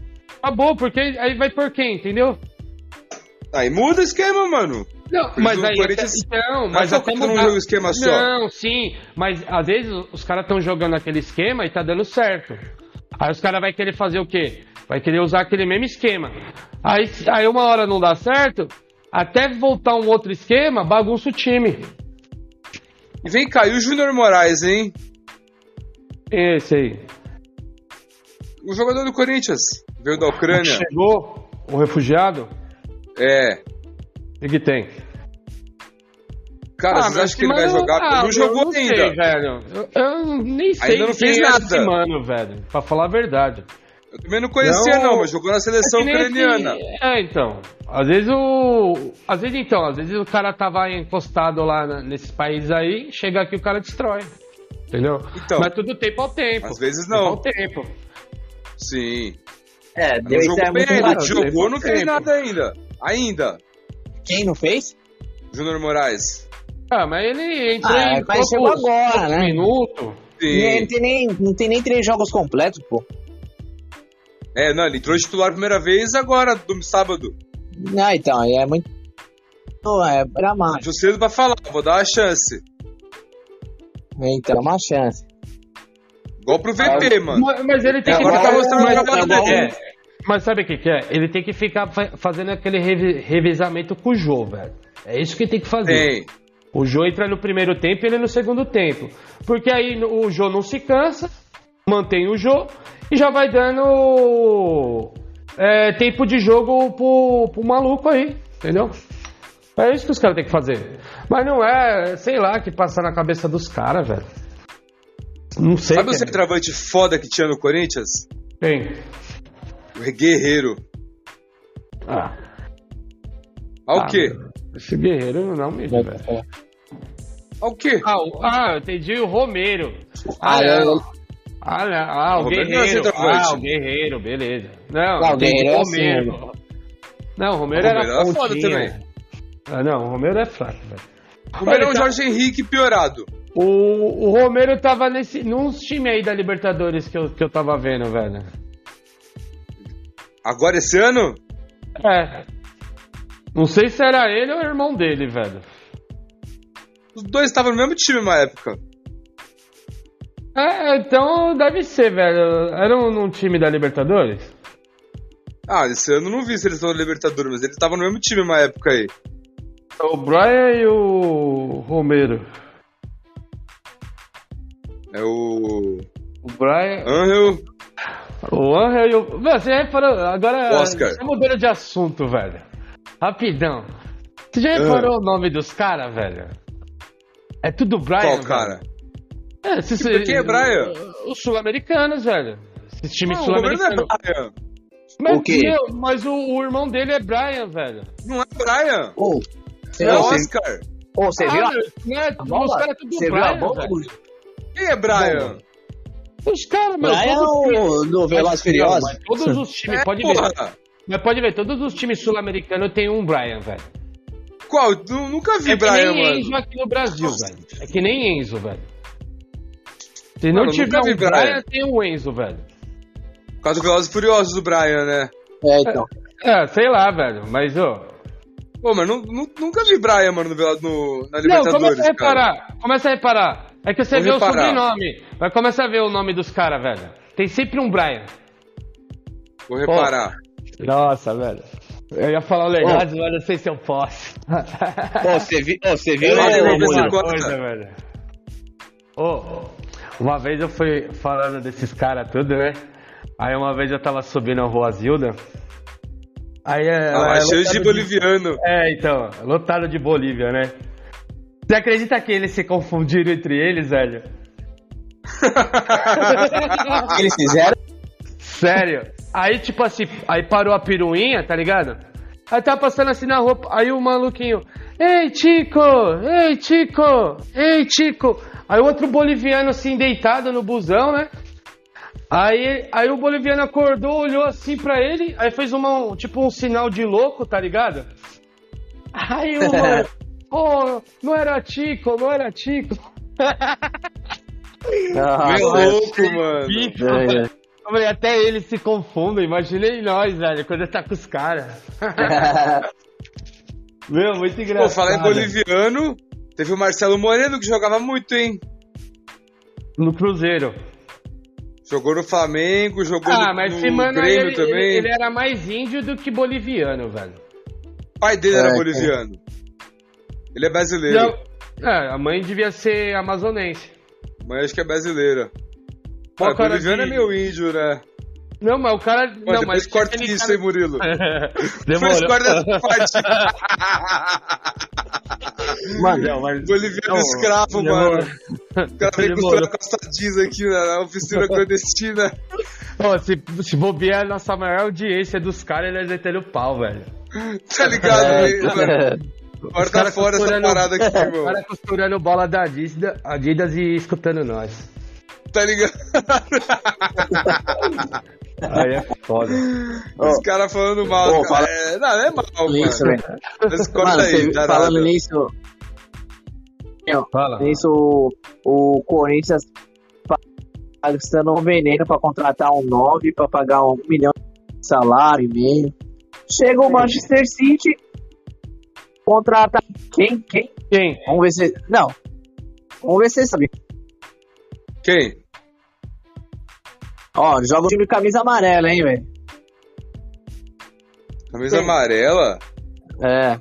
C: Acabou, porque aí vai por quem, entendeu?
A: Aí muda o esquema, mano.
C: Não,
A: Por
C: mas
A: isso o
C: aí.
A: Corinthians
C: Então,
A: tá
C: mas
A: focando
C: como
A: num
C: tá-
A: jogo esquema só.
C: Não, sim. Mas às vezes os caras estão jogando aquele esquema e tá dando certo. Aí os caras vão querer fazer o quê? Vai querer usar aquele mesmo esquema. Aí, aí uma hora não dá certo, até voltar um outro esquema, bagunça o time.
A: E vem cá, e o Júnior Moraes, hein?
C: Esse aí.
A: O jogador do Corinthians. Veio da Ucrânia.
C: Chegou o refugiado,
A: É.
C: o que tem?
A: Cara, vocês
C: Ah, mas
A: acham que ele
C: mano,
A: vai jogar?
C: ah,
A: não
C: eu
A: jogou
C: sei,
A: ainda.
C: velho. Eu, eu nem sei
A: não
C: de quem
A: fez
C: é
A: nada.
C: esse mano, velho. Pra falar a verdade.
A: eu também não conhecia,
C: Não.
A: não, mas jogou na seleção
C: que nem
A: ucraniana.
C: esse- É, então. Às vezes o. Às vezes então, às vezes o cara tava encostado lá na- nesses países aí, chega aqui o cara destrói. Entendeu?
A: Então.
C: Mas Então- tudo tempo ao tempo.
A: Às vezes
C: Tempo
A: não.
C: ao tempo.
A: Sim.
B: É,
A: Não
B: deu isso é
A: jogou bem
B: muito
A: ainda.
B: barato.
C: claro,
A: Jogou, não
C: tempo.
A: fez nada ainda. Ainda.
B: Quem não fez?
A: Júnior Moraes.
C: Ah, mas ele entrou
B: Ah,
C: em
B: mas chegou
C: poucos-
B: agora,
C: poucos
B: né?
C: minutos.
B: Não
A: Sim.
B: tem, nem, não tem nem três jogos completos, pô.
A: É, não, ele entrou de titular a primeira vez agora, do sábado.
B: Ah, então, é muito. Não, é pra mais.
A: Deixa cedo pra falar, vou dar uma chance.
B: Então, é uma chance.
A: Igual pro VP, mano.
C: Mas, mas ele tem
A: É,
C: que
A: agora tá
C: mas-
A: mostrando o
C: mas-
A: trabalho
C: mas-
A: dele.
C: é. Mas sabe o que, que é? Ele tem que ficar fa- fazendo aquele revi- revezamento com o Jô, velho. É isso que tem que fazer.
A: Tem.
C: O Jô entra no primeiro tempo e ele no segundo tempo. Porque aí no- o Jô não se cansa, mantém o Jô e já vai dando é, tempo de jogo pro, pro maluco aí, entendeu? É isso que os caras têm que fazer. Mas não é, sei lá, que passa na cabeça dos caras, velho. Não sei.
A: Sabe o
C: cara.
A: centroavante foda que tinha no Corinthians?
C: Tem.
A: O Guerreiro.
C: Ah,
A: Ao
C: ah,
A: quê?
C: Esse guerreiro não me velho.
B: É.
A: Ao quê?
C: Ah, o- ah, eu entendi o Romero.
A: é,
C: é.
B: Ah, eu-
C: Ah, não. ah, o,
A: O Romero não é
C: Guerreiro.
A: centroavante.
C: ah, o Guerreiro, beleza.
B: Não,
C: Não,
B: o
C: entendi,
B: Guerreiro é assim,
C: Não, o Romero,
A: O
C: era,
A: Romero é foda
C: pontinha.
A: também.
C: Ah, não, o Romero é fraco, velho.
A: O melhor é um
C: Olha, tá-
A: Jorge Henrique piorado.
C: O, o Romero tava nesse, num time aí da Libertadores que eu, que eu tava vendo, velho.
A: Agora esse ano?
C: É. Não sei se era ele ou o irmão dele, velho.
A: Os dois estavam no mesmo time na época.
C: É, então deve ser, velho. Era um, num time da Libertadores?
A: Ah, esse ano eu não vi se eles estão na Libertadores, mas eles estavam no mesmo time na época aí.
C: O Brian e o Romero.
A: É o.
C: O Brian.
A: Angel.
C: O Angel e o. Meu, você reparou. Agora.
A: Oscar.
C: Você mudando de assunto, velho. Rapidão. Você já
A: Ah.
C: reparou o nome dos caras, velho? É tudo Brian.
A: Qual,
C: velho.
A: cara?
C: É, se, se,
A: Por que é Brian?
C: Os sul-americanos, velho. Esses times
A: Não, o Romero não é
C: sul-americanos.
A: Brian.
C: Mas,
B: O quê?
C: meu, mas o, o irmão dele é Brian, velho.
A: Não é Brian.
B: Ou.
A: É
B: Será que-
A: Oscar.
B: Ô, você viu? a-
C: viu? Né?
B: a
C: Os
B: bola?
C: caras tudo
B: Você viu a
C: Brian,
B: bola?
C: velho.
B: Bruno?
A: Quem é Brian?
C: Os caras, meu.
B: Brian é
C: todos os times-
B: o do Velozes e Furiosos.
C: Mas Todos os times,
A: É,
C: pode
A: porra.
C: ver. Mas pode ver, todos os times sul-americanos tem um Brian, velho.
A: Qual? Nu- nunca vi
C: É que
A: Brian,
C: nem
A: mano.
C: Enzo aqui no Brasil, velho. É que nem Enzo, velho. Se não
A: Mano,
C: tiver
A: nunca vi
C: um Brian,
A: Brian.
C: tem o Enzo, velho.
A: Por causa do Velozes e Furiosos do Brian, né?
B: É, então.
C: É, sei lá, velho. Mas, ô.
A: Pô, mas nu- nu- nunca vi Brian, mano, no, Velo- no, na
C: Não,
A: Libertadores,
C: começa a
A: cara.
C: reparar. Começa a reparar. É que você
A: Vou
C: vê
A: reparar.
C: o sobrenome. Mas começa a ver o nome dos caras, velho. Tem sempre um Brian.
A: Vou reparar.
C: Nossa, velho. Eu ia falar o legal, mas eu não sei se eu posso.
B: Ô, você vi- ô, você viu?
A: Eu
B: né,
A: lembro
B: ô,
A: desse
B: Bruno?
A: gol. gosta.
C: velho. Ô, uma vez eu fui falando desses caras tudo, né? Aí uma vez eu tava subindo a rua Zilda. Aí
A: Ah,
C: ela,
A: lá,
C: é
A: cheio
C: lotada
A: de boliviano.
C: É, então, lotado de Bolívia, né? Você acredita que eles se confundiram entre eles, velho?
B: Eles fizeram?
C: Sério. Aí, tipo assim, aí parou a piruinha, tá ligado? Aí tava passando assim na roupa, aí o maluquinho, ei Chico, ei Chico, ei Chico. Aí o outro boliviano assim, deitado no busão, né? Aí, aí o boliviano acordou, olhou assim pra ele, aí fez uma, um- tipo um sinal de louco, tá ligado? Aí o mano, oh, não era Chico, não era Chico. Ah,
A: Meu
B: Nossa,
A: louco, mano.
C: Bico,
B: é.
C: eu falei, até eles se confundem, imaginei nós, velho, quando tá com os caras. Meu, muito
A: Pô,
C: engraçado.
A: falar em boliviano, teve o Marcelo Moreno que jogava muito, hein?
C: No Cruzeiro.
A: Jogou no Flamengo, jogou
C: Ah,
A: no,
C: mas
A: no
C: esse mano aí,
A: Grêmio
C: ele,
A: também.
C: ele- ele era mais índio do que boliviano, velho.
A: O pai dele
B: É,
A: era
B: é.
A: boliviano. Ele é brasileiro.
C: Não, é, a mãe devia ser amazonense.
A: Mas acho que é brasileira.
C: Qual
A: Cara,
C: cara
A: boliviano
C: de-
A: é meio índio, né?
C: Não, mas o cara...
A: Mas
C: não,
A: depois
C: mas Ah,
A: corta
C: aquele
A: isso,
C: cara-
A: hein, Murilo? Depois
C: Demorou.
A: corta essa parte.
B: Mano,
A: Boliviano
C: Não,
A: escravo,
C: demorou.
A: mano. O cara vem
C: Demorou.
A: costurando calça jeans aqui na na oficina clandestina.
C: Ó, se, se bobear a nossa maior audiência dos caras, eles meteram o pau, velho.
A: Tá ligado?
B: é,
C: É,
A: né, mano?
C: Os
A: Corta
C: caras
A: fora essa
C: costurando-
A: parada aqui,
C: Os
A: irmão.
C: caras costurando bola da Adidas, Adidas e escutando nós.
A: Tá ligado?
C: Aí é foda.
A: Os caras falando mal.
B: Ô,
A: cara.
B: fala-
A: É, não, é mal, mano.
B: isso, velho.
A: Mas corta
B: Mano,
A: aí,
B: você
A: tá,
B: viu-
A: dá
B: falando
A: nada.
B: nisso,
C: Fala.
B: nisso o, o Corinthians pa- gastando um veneno pra contratar um 9, pra pagar um milhão de salário e meio. Chega o Manchester City, contrata quem? Quem?
C: Quem?
B: Vamos ver se. Não. Vamos ver se você sabe.
A: Quem?
B: Ó, joga o time camisa amarela, hein, velho?
A: Camisa
B: Quem?
A: amarela?
B: É.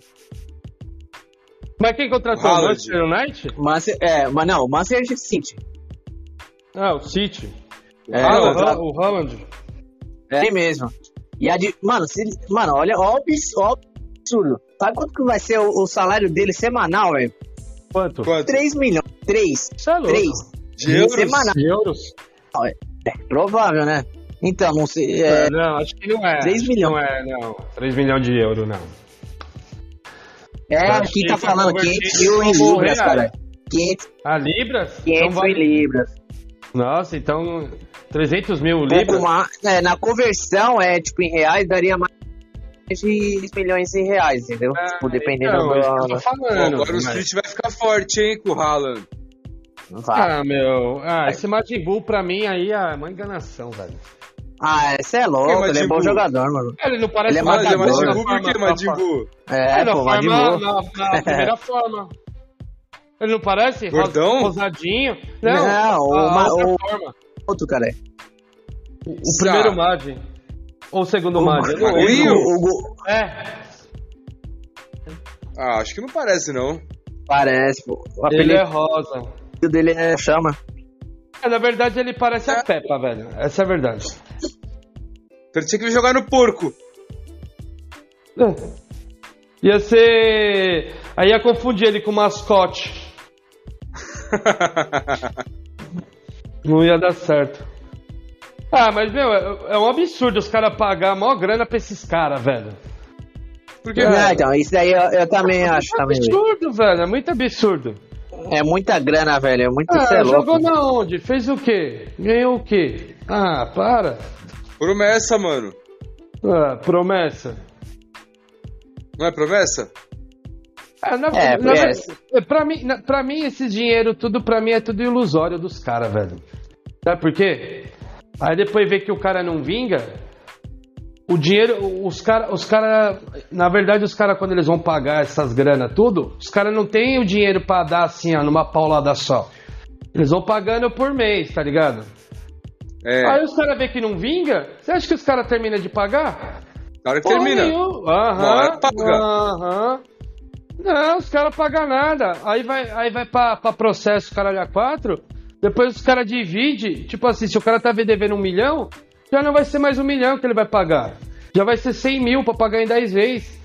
C: Mas quem contratou? O
A: Haaland.
C: Manchester United?
B: Mas, é, mas não, Manchester City.
C: Ah, o City.
B: É,
C: ah, o,
A: Haaland.
B: contra-
C: Ha- o Haaland.
B: É mesmo. E a de, mano, se, mano, olha, ó, o abs- ó, o absurdo. Sabe quanto que vai ser o, o salário dele semanal, velho?
C: Quanto?
A: Quanto?
B: 3 milhões. 3.
C: Isso é louco.
B: 3.
A: De euros?
B: Semanal.
C: Euros?
B: Provável, né? Então, não sei. É,
C: Ah, Não, acho que não é.
B: Três milhões.
C: Não é, não. 3 milhões de euros, não.
B: é
C: eu acho
B: aqui
C: que
B: tá
C: vai
B: falando
C: converter
B: 500 mil em
C: isso como
B: libras,
C: real.
B: cara. 500,
C: Ah, libras?
B: 500
C: vai-
B: em libras.
C: Nossa, então 300 mil
B: Pouco
C: libras?
B: mais, é, na conversão, é, tipo, em reais, daria mais de milhões em reais, entendeu?
C: Ah,
B: tipo, dependendo
C: então, é isso que
B: do...
C: eu tô
A: Pô,
C: falando.
A: agora o
C: mas-
A: Street vai ficar forte, hein, com o Haaland.
B: Vai.
C: Ah, meu. Ah, esse Majin Buu pra mim aí é uma enganação, velho.
B: Ah, você é louco,
A: Sim, mas,
B: ele é bom
A: tipo,
B: jogador, mano.
C: Ele não parece
B: Ele é
A: Mas tipo, é
B: matador.
A: mais de
B: Madimbu,
A: Bubu que Madimbu.
B: É,
C: na
B: pô, vai de
C: forma,
B: boa.
C: na, na primeira forma. Ele não parece? Ros-
A: Gordão?
C: Rosadinho. Não,
B: Não, o
C: a
B: ma-
C: outra
B: o-
C: forma.
B: outro, cara. é.
C: O, primeiro Mad. Ou o segundo Mad.
A: Ma- Magrinho?
B: O, o- o-
C: É,
A: Ah, acho que não parece, não.
B: parece, pô. O
C: ele
B: apelido
C: é rosa.
B: dele é chama.
C: É, na verdade, ele parece a Peppa, velho. Essa é a verdade.
A: Ele Então tinha que jogar no porco.
C: Ia ser... Aí ia confundir ele com o mascote. Não ia dar certo. Ah, mas, meu, é é um absurdo os caras pagar a maior grana pra esses caras, velho.
A: Porque,
B: Ah, então, isso daí eu, eu também acho
C: é
B: também. velho.
C: absurdo, velho. É muito absurdo.
B: É muita grana, velho. É muito
C: Ah,
B: isso é louco.
C: jogou na onde? Fez o quê? Ganhou o quê? Ah, para.
A: promessa, mano.
C: Ah, promessa.
A: Não é promessa?
C: Ah, na-
B: É,
C: na-
B: promessa.
C: pra, mim, na- pra mim, esse dinheiro tudo, pra mim é tudo ilusório dos caras, velho. Sabe por quê? Aí depois vê que o cara não vinga. O dinheiro, os caras, os cara, na verdade, os caras, quando eles vão pagar essas granas, tudo, os caras não têm o dinheiro pra dar assim, ó, numa paulada só. Eles vão pagando por mês, tá ligado?
A: É.
C: Aí os caras vê que não vinga, você acha que os caras terminam de pagar?
A: Claro que
C: Porra
A: termina.
C: nenhuma.
A: Uma
C: Aham.
A: hora paga.
C: Aham. Não, os caras pagam nada. Aí vai, aí vai pra, pra processo, caralho, a quatro. Depois os caras dividem. Tipo assim, se o cara tá devendo um milhão, já não vai ser mais um milhão que ele vai pagar. Já vai ser 100 mil pra pagar em 10 vezes.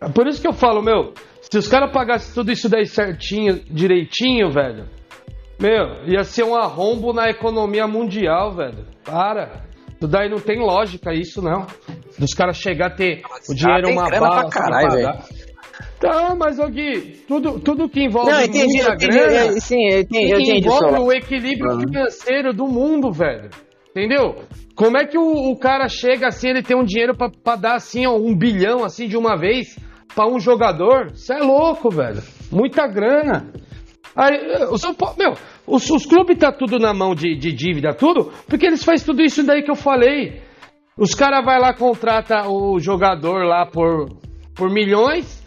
C: É Por isso que eu falo, meu, se os caras pagassem tudo isso daí certinho, direitinho, velho, meu, ia ser um arrombo na economia mundial, velho. Para. Isso daí não tem lógica isso, não. Dos caras chegar a
B: Ah,
C: ter o dinheiro
B: tem
C: uma
B: grana pra
C: bala, assim,
B: caralho,
C: pra
B: velho.
C: dar. Tá, mas, ô Gui, tudo, tudo que envolve
B: Não, entendi,
C: muita
B: eu entendi. É,
C: grana
B: eu- sim, eu entendi, eu entendi
C: envolve
B: Sola.
C: o equilíbrio
B: Uhum.
C: financeiro do mundo, velho. Entendeu? Como é que o, o cara chega assim, ele tem um dinheiro pra, pra dar assim, ó, um bilhão assim de uma vez pra um jogador? Isso é louco, velho. Muita grana. Aí, eh, o São Paulo, meu, os, os clubes tá tudo na mão de, de dívida, tudo, porque eles fazem tudo isso daí que eu falei. Os caras vai lá, contrata o jogador lá por, por milhões,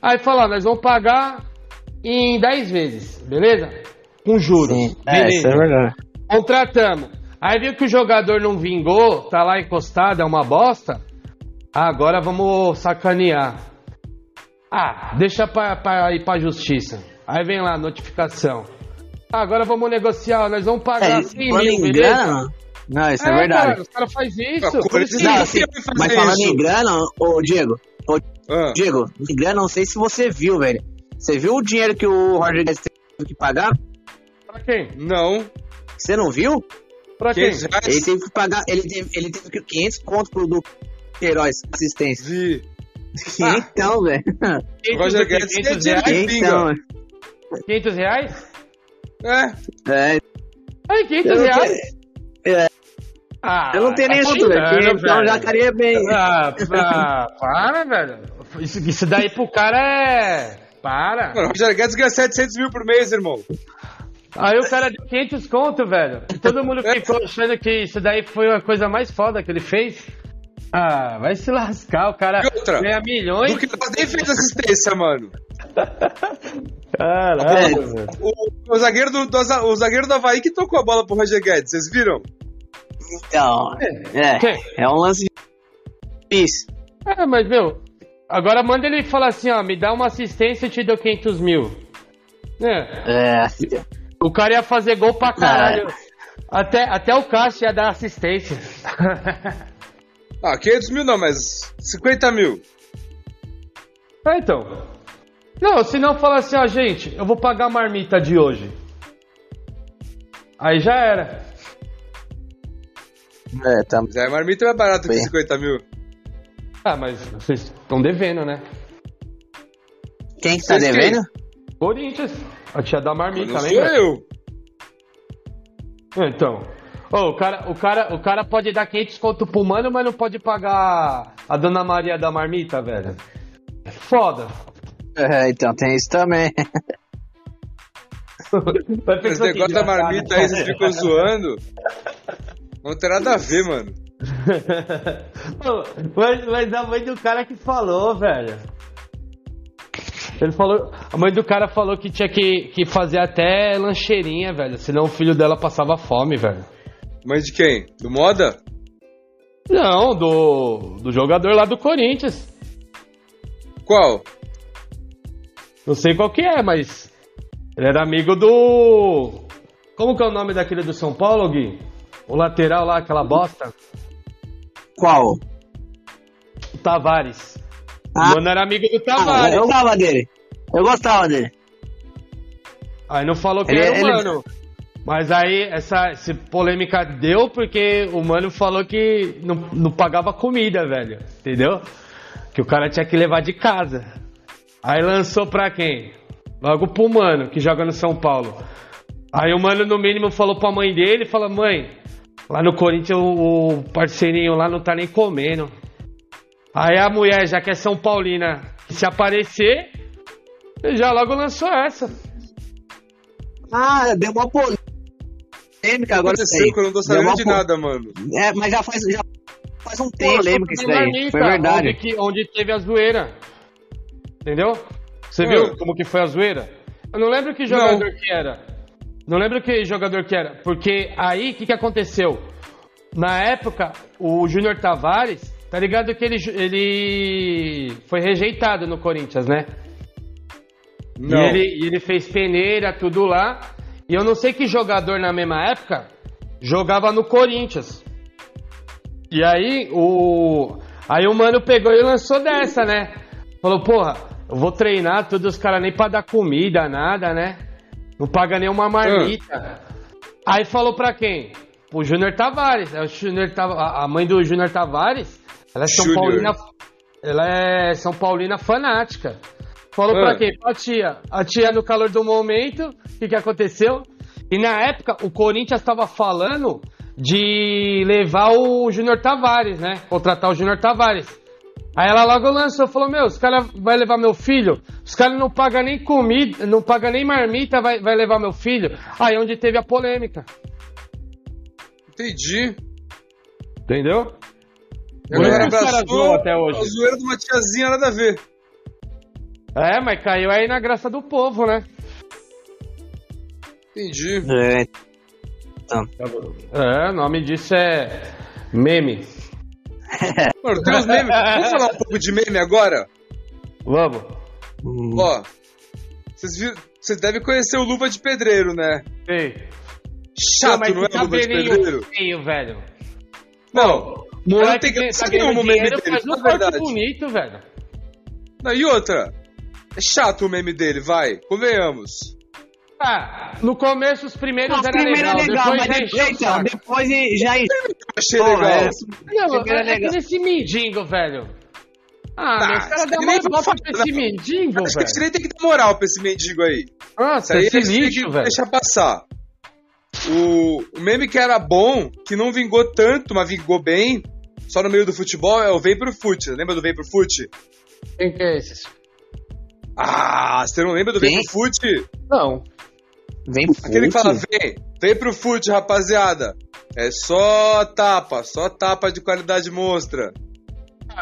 C: aí fala, ó, nós vamos pagar em 10 vezes, beleza? Com juros.
B: Sim, é, isso é verdade.
C: Contratamos. Aí viu que o jogador não vingou, tá lá encostado, é uma bosta. Agora vamos sacanear. Ah, deixa pra, pra ir pra justiça. Aí vem lá, notificação. Agora vamos negociar, ó, nós vamos pagar
B: É,
C: 100
B: quando
C: mil,
B: em
C: beleza?
B: grana. Não, isso é, verdade.
C: Cara, os caras fazem
A: Ah,
C: isso.
A: o
C: por isso que-
A: Corinthians
B: Não,
A: Por
B: assim,
A: que vai fazer
B: mas falando
A: isso?
B: em grana, ô Diego, ô
A: Ah,
B: Diego, em grana, não sei se você viu, velho. Você viu o dinheiro que o Roger Guedes teve que pagar?
C: Pra quem?
A: não.
B: Você não viu?
C: Pra quem?
A: 500
B: Ele
A: reais?
B: teve que pagar, ele teve, ele teve que 500 conto pro do Heróis assistência.
A: Vi.
C: Ah.
B: Então, velho.
A: O Roger Guedes
C: 500
A: tinha
C: reais?
A: dinheiro.
B: Então,
C: 500 reais?
A: É.
B: é,
C: Ai, 500
B: Eu não
C: reais?
B: é,
C: Ah,
B: eu não tenho
C: tá
B: nem dúvida.
C: xingando,
B: velho. Então
C: velho.
B: já estaria bem.
C: Ah, ah, para, velho. Isso, isso daí pro cara é. Para.
A: Mano, o Roger Guedes ganha 700 mil por mês, irmão.
C: Aí o cara deu 500 conto, velho. Todo mundo ficou achando que isso daí foi a coisa mais foda que ele fez. Ah, vai se lascar, o cara
A: E outra?
C: ganha milhões.
A: Do que nós nem fez assistência, mano.
B: É.
C: Caralho, velho.
A: O, o zagueiro do, do, Aza- o zagueiro do Havaí que tocou a bola pro Roger Guedes, vocês viram?
B: Então, é, é um lance difícil.
C: É, mas, meu, agora manda ele falar assim, ó, me dá uma assistência e te dou 500 mil. É,
B: É,
C: o cara ia fazer gol pra caralho. Até, até o Cássio ia dar assistência.
A: Ah, 500 mil não, mas 50 mil.
C: Ah, então. Não, se não fala assim, ó, gente, eu vou pagar a marmita de hoje. Aí já era.
B: é, tá.
A: Mas aí a marmita é mais barata que
B: Bem.
A: 50 mil.
C: Ah, mas vocês estão devendo, né?
B: Quem que tá
A: Vocês
B: devendo?
C: Corinthians, a tia da marmita,
A: Não sou
C: lembra?
A: eu.
C: Ah, Então. Ô, o, cara, o, cara, o cara pode dar 500 conto pro mano, mas não pode pagar a dona Maria da marmita, velho. Foda.
B: É, então tem isso também.
C: Vai
A: Esse
C: pensar que
A: negócio da
C: engraçado.
A: marmita aí, vocês ficam zoando. Não tem nada a ver, mano.
C: Pô, mas, mas a mãe do cara que falou, velho. Ele falou. A mãe do cara falou que tinha que, que fazer até lancheirinha, velho. Senão o filho dela passava fome, velho.
A: Mãe de quem? Do Moda?
C: Não, do. do jogador lá do Corinthians.
A: Qual?
C: Não sei qual que é, mas. Ele era amigo do. Como que é o nome daquele do São Paulo, Gui? O lateral lá, aquela bosta.
B: Qual?
C: O Tavares.
B: Ah.
C: O mano era amigo do
B: Ah,
C: Tavares.
B: eu gostava dele. Eu gostava dele.
C: Aí não falou que
B: Ele-
C: era o
B: ele-
C: Mano. Mas aí essa, essa polêmica deu porque o Mano falou que não, não pagava comida, velho. Entendeu? que o cara tinha que levar de casa. Aí lançou pra quem? Logo pro mano, que joga no São Paulo. Aí o mano, no mínimo, falou pra mãe dele, fala, mãe, lá no Corinthians o o parceirinho lá não tá nem comendo. Aí a mulher, já que é São Paulina, se aparecer, já logo lançou essa.
B: Ah, deu uma polêmica agora. isso
A: aconteceu
B: aí.
A: que eu não tô
B: Deu
A: sabendo
B: uma
A: de
B: po-
A: nada, mano.
B: É, mas já faz, já faz um
C: Pô,
B: tempo lembro que isso
C: sobre
B: daí.
C: Marmita,
B: Foi verdade.
C: Onde, que- onde teve a zoeira. Entendeu? Você
A: É.
C: viu como que foi a zoeira? Eu não lembro que jogador
A: Não.
C: que era. Não lembro que jogador que era. Porque aí, o que, que aconteceu? Na época, o Júnior Tavares, tá ligado que ele, ju- ele foi rejeitado no Corinthians, né? E
A: Não.
C: ele, e ele fez peneira, tudo lá. E eu não sei que jogador na mesma época jogava no Corinthians. E aí o. Aí o mano pegou e lançou dessa, né? Falou, porra, eu vou treinar tudo, os caras nem pra dar comida, nada, né? Não paga nenhuma marmita. Aí falou pra quem? Pro Júnior Tavares. Aí o Júnior Tava- a a mãe do Júnior Tavares, ela é São
A: Júnior.
C: Paulina. Ela é São Paulina fanática. Falou
A: Ah.
C: pra quem? Pra tia. A tia, no calor do momento, o que, que aconteceu? E na época, o Corinthians estava falando de levar o Júnior Tavares, né? Contratar o Júnior Tavares. Aí ela logo lançou, falou, meu, os caras vai levar meu filho? Os caras não pagam nem comida, não pagam nem marmita, vai, vai levar meu filho? Aí é onde teve a polêmica,
A: Entendi.
C: entendeu?
A: Eu
C: Por isso
A: era
C: que os caras zoam até hoje.
A: a zoeira de uma tiazinha, nada a ver.
C: É, mas caiu aí na graça do povo, né?
A: Entendi.
B: É,
A: Tá
C: É, o nome disso é meme.
A: Mano, tem uns memes. Vamos falar um pouco de meme agora?
C: Vamos.
B: hum,
A: Ó, vocês viram. Vocês devem conhecer o Luva de Pedreiro, né?
C: Ei.
A: Chato, não é
C: mas tá que
A: o Luva de
C: cabelinho
A: Pedreiro?
C: feio, velho.
A: Não. Mas não é
C: Moleque
A: tem
C: que
A: graça
C: tá
A: nenhuma
C: ganhando
A: o meme
C: dinheiro,
A: dele,
C: faz
A: na
C: um corte
A: verdade.
C: bonito, velho.
A: Não, e outra? É chato o meme dele, vai. Convenhamos.
C: Ah, no começo os primeiros
B: Não,
C: era
B: primeiro é
C: legal,
B: legal, mas
C: depois já encheu
B: depois,
C: o
B: então,
C: saco.
B: depois e- já
A: Achei
B: Pô,
A: legal.
B: é.
C: Não,
B: Primeiro
C: é,
B: é
C: é que
B: legal.
C: nesse mendigo, velho. Ah,
A: Tá,
C: meu, os caras
A: isso
C: dão
A: aí
C: uma
A: nem vou
C: volta
A: falar,
C: pra esse
A: não.
C: mendigo,
A: Acho que a gente
C: velho.
A: nem tem que dar moral pra esse mendigo aí. Isso
C: Nossa,
A: aí
C: esse
A: a gente tem que
C: lixo, velho.
A: deixar passar. O, o meme que era bom, que não vingou tanto, mas vingou bem, só no meio do futebol, é o Vem pro Fute. Lembra do Vem pro Fute?
C: Quem que é esse?
A: Ah, você não lembra do Vem
B: Quem?
A: pro Fute?
C: Não.
B: vem
A: Aquele que
B: fute.
A: fala, vem, vem pro Fute, rapaziada. É só tapa, só tapa de qualidade monstra.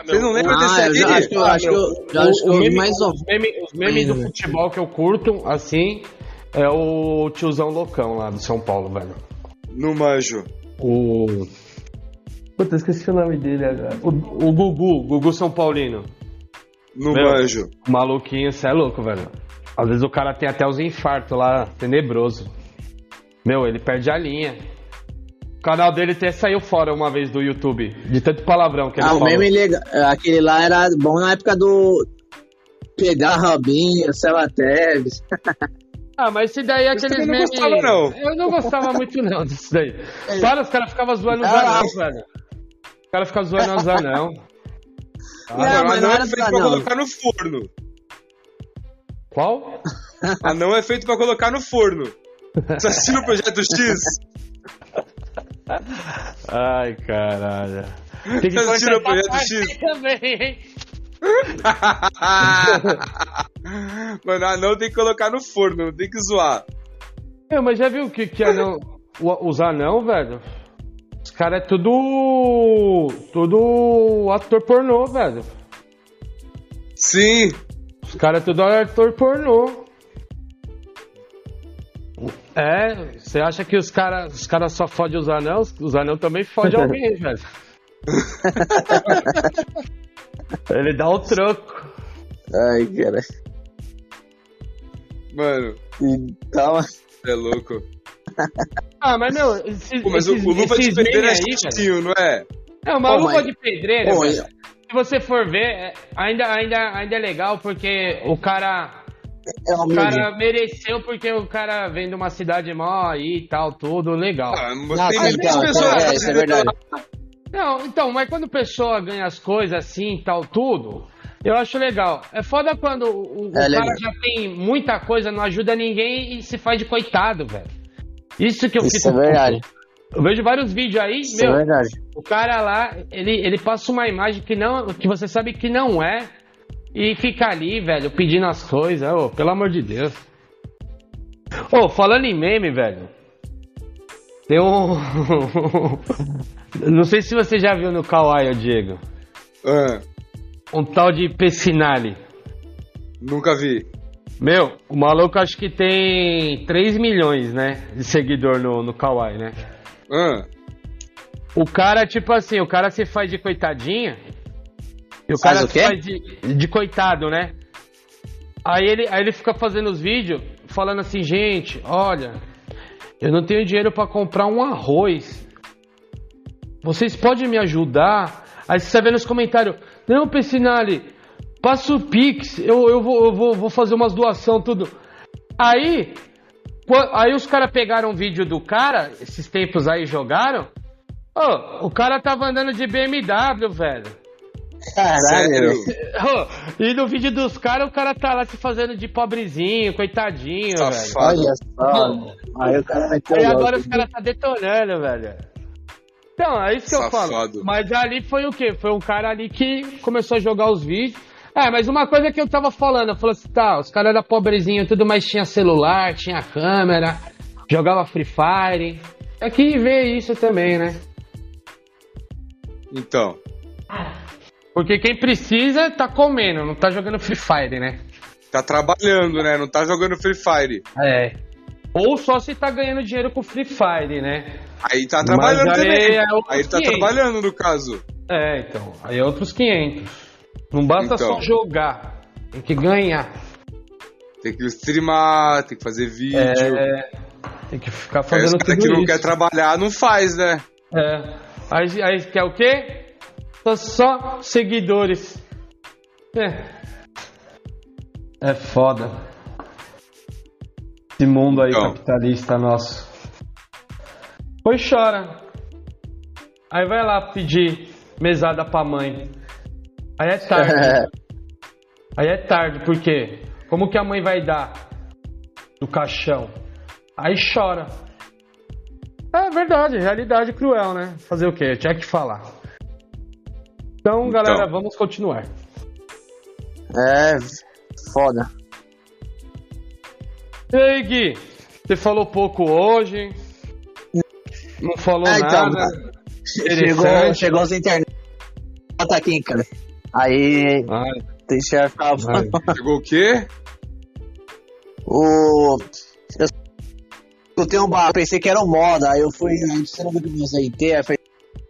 A: Vocês não lembram desse
B: Ah, eu
A: aí?
B: já, acho que eu, acho que eu, já acho que eu vi mais ou
C: os meme- os memes do futebol que eu curto, assim, é o tiozão loucão lá do São Paulo, velho.
A: No manjo.
C: O. Puta, esqueci o nome dele agora. O, o Gugu, Gugu São Paulino.
A: No
C: Meu.
A: manjo.
C: Maluquinho, você é louco, velho. Às vezes o cara tem até os infartos lá, tenebroso. Meu, ele perde a linha. O canal dele até saiu fora uma vez do YouTube, de tanto palavrão que ele
B: Ah, o
C: falou.
B: meme legal. Aquele lá era bom na época do. Pegar Robinho, Cela Teves.
C: Ah, mas esse daí é
A: Esse
C: aqueles
A: também
C: memes...
A: não gostava, não.
C: Eu não gostava muito, não, disso daí. Para, os caras ficavam zoando os
B: É. Ah.
C: anão, velho. Os caras ficavam zoando os anão.
A: Agora,
B: Ah, mas
A: anão
B: não
A: é
B: era
A: feito
B: pra
A: pra
B: não.
A: colocar no forno.
C: Qual?
A: Anão é feito pra colocar no forno. Você assina o Projeto X?
C: Ai, caralho. Tem
A: Você assina o
C: cortar
A: Projeto
C: essa parte
A: X?
C: também, hein?
A: Ah. Mano, anão tem que colocar no forno, não tem que zoar.
C: Meu, mas já viu o que, que anão. o- os anão, velho? Os caras é tudo. Tudo ator pornô, velho.
A: Sim,
C: Os caras é tudo ator pornô. É, você acha que os caras os cara só fodem os anão? Os anão também fodem alguém, velho. Ele dá o troco.
B: Ai, cara.
A: mano,
B: Então.
A: é louco.
C: Ah, mas não, esses,
A: Pô, mas o,
C: esses-
A: o Luva de
C: esses
A: Pedreiro é
C: memes aí, velho.
A: chatinho, não é?
C: É uma
B: Pô,
C: luva
B: mas-
C: de pedreiro.
B: Pô, é-
C: velho.
B: eu-
C: Se você for ver, é- ainda, ainda, ainda é legal porque o cara,
B: É
C: o
B: o
C: cara mereceu porque o cara vem de uma cidade mó aí e tal, tudo legal.
A: Ah,
B: Ah,
A: tem
B: tá,
A: milhões
B: então,
A: de
B: então,
A: pessoas
B: é, isso é verdade.
C: Não, então, mas quando a pessoa ganha as coisas assim e tal, tudo, Eu acho legal. É foda quando o, o
B: É
C: cara
B: legal.
C: já tem muita coisa, não ajuda ninguém e se faz de coitado, velho. Isso que eu
B: Isso é
C: fico.
B: verdade.
C: Eu vejo vários vídeos aí,
B: Isso é
C: meu,
B: verdade.
C: o cara lá, ele, ele passa uma imagem que não, que você sabe que não é e fica ali, velho, pedindo as coisas, ô, pelo amor de Deus. Ô, falando em meme, velho, tem um... não sei se você já viu no Kawaii, ô Diego,
A: Ah,
C: um tal de Pessinali.
A: nunca vi.
C: Meu, o maluco acho que tem 3 milhões, né, de seguidor no, no Kawaii, né?
A: Ah,
C: O cara, tipo assim, o cara se faz de coitadinho. E o
B: Faz
C: cara
B: o quê?
C: se faz de, de coitado, né? Aí ele, aí ele fica fazendo os vídeos falando assim, gente, olha, eu não tenho dinheiro pra comprar um arroz. Vocês podem me ajudar? Aí você vê nos comentários, não, Pessinali, passa o Pix, eu, eu, vou, eu vou, vou fazer umas doação, tudo. Aí, qua- aí os caras pegaram um vídeo do cara, esses tempos aí jogaram, Ô, o cara tava andando de BMW, velho.
A: sério?
B: Caralho.
C: Ô, e no vídeo dos caras, o cara tá lá se fazendo de pobrezinho, coitadinho, velho.
A: Safado.
B: Olha só. Aí o cara meteu
C: E
B: o
C: agora
B: louco.
C: os caras tá detonando, velho. Então, é isso que eu
A: Safado.
C: falo. Mas ali foi o quê? Foi um cara ali que começou a jogar os vídeos. É, mas uma coisa que eu tava falando, eu falei assim, tá, os caras eram pobrezinhos, tudo, mas tinha celular, tinha câmera, jogava Free Fire. É que vê isso também, né?
A: Então,
C: Porque quem precisa tá comendo, não tá jogando Free Fire, né?
A: tá trabalhando, né? Não tá jogando Free Fire.
C: É. Ou só se tá ganhando dinheiro com Free Fire, né?
A: Aí tá trabalhando
C: Mas aí
A: também.
C: é outro
A: aí tá
C: cliente.
A: trabalhando, no caso.
C: É, então. Aí é outros 500. Não basta
A: Então.
C: só jogar, tem que ganhar.
A: Tem que streamar, tem que fazer vídeo.
C: É, tem que ficar
A: Aí os
C: fazendo
A: caras
C: tudo
A: que não
C: isso.
A: quer trabalhar não faz, né?
C: É. Aí, aí quer o quê? Só, só seguidores. É. É foda. Esse mundo aí
A: Então.
C: capitalista nosso. Pois chora. Aí vai lá pedir mesada pra mãe. Aí é tarde. Aí é tarde, por quê? Como que a mãe vai dar do caixão? Aí chora. É verdade, realidade cruel, né? Fazer o quê? Eu tinha que falar. Então,
A: Então.
C: galera, vamos continuar.
B: É, foda.
C: E aí, Gui? Você falou pouco hoje. Não falou
B: Ah, então,
C: nada.
B: Chegou, chegou os internet. Tá aqui, cara. Aí,
C: Ai,
B: deixa eu ficar
C: ai.
A: Chegou o quê?
B: O. Eu escutei um bar, pensei que era um moda. Aí eu fui. Aí você não viu que você inteira? Eu falei,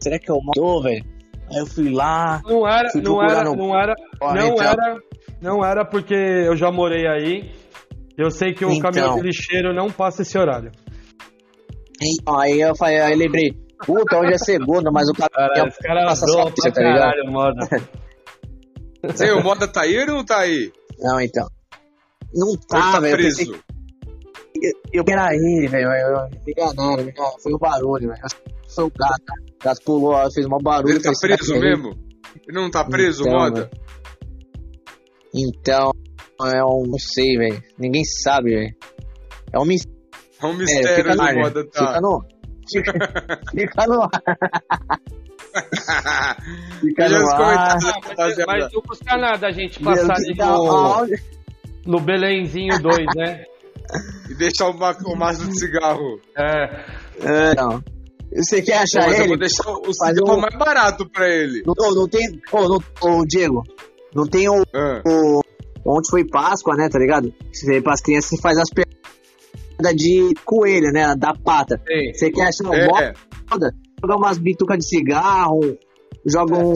B: será que é o moda, velho? Aí eu fui lá.
C: Não era,
B: Fui
C: não
B: procurar
C: era,
B: no-
C: não era,
B: Ah,
C: não
B: então.
C: era, não era porque eu já morei aí. Eu sei que o
B: Então.
C: caminhão de lixeiro não passa esse horário.
B: Então, aí eu falei, aí lembrei, puta, hoje é segunda, mas o cara.
C: Caralho, os caras
B: passa
C: zoam
B: só
C: pra
B: você, tá ligado?
C: caralho, é moda.
A: Sei, o moda tá aí ou não tá aí?
B: Não, então. Não
A: Ou ele
B: tá,
A: tá
B: velho. Eu pensei
A: preso.
B: Eu era ele, velho. eu- eu- Me enganaram, me enganaram. Foi o barulho, velho. Eu sou o gato. O gato pulou, ó, fez um maior barulho.
A: Ele tá
B: falei, será que
A: preso
B: é ele?
A: mesmo? Ele não tá preso,
B: Então,
A: moda?
B: velho. Então, eu não sei, velho. Ninguém sabe, velho. É um mistério.
A: É um
B: É,
A: mistério
B: fica no
A: de
B: ar, né?
A: moda,
B: Fica
A: tá?
B: no. Fica no ar. Fica
A: Olha os
B: no ar.
A: comentários,
C: mas,
A: rapaziada.
C: mas não custa nada a gente passar ali
B: Meu Deus,
C: no,
B: aonde-
C: no Belenzinho 2, né?
A: E deixar o, ma o maço de cigarro.
C: É.
B: É, Não. Você quer achar
A: Mas eu
B: ele?
A: vou deixar o
B: Faz
A: cigarro
B: um-
A: mais barato pra ele.
B: Não, não tem. Ô, não- ô, Diego, não tem o.
A: Ah,
B: o- Ontem foi Páscoa, né? Tá ligado? Você para as crianças você faz as piadas de coelho, né? Da pata.
C: Sim.
B: Você quer achar
A: é,
B: um moda? Joga umas bitucas de cigarro, joga um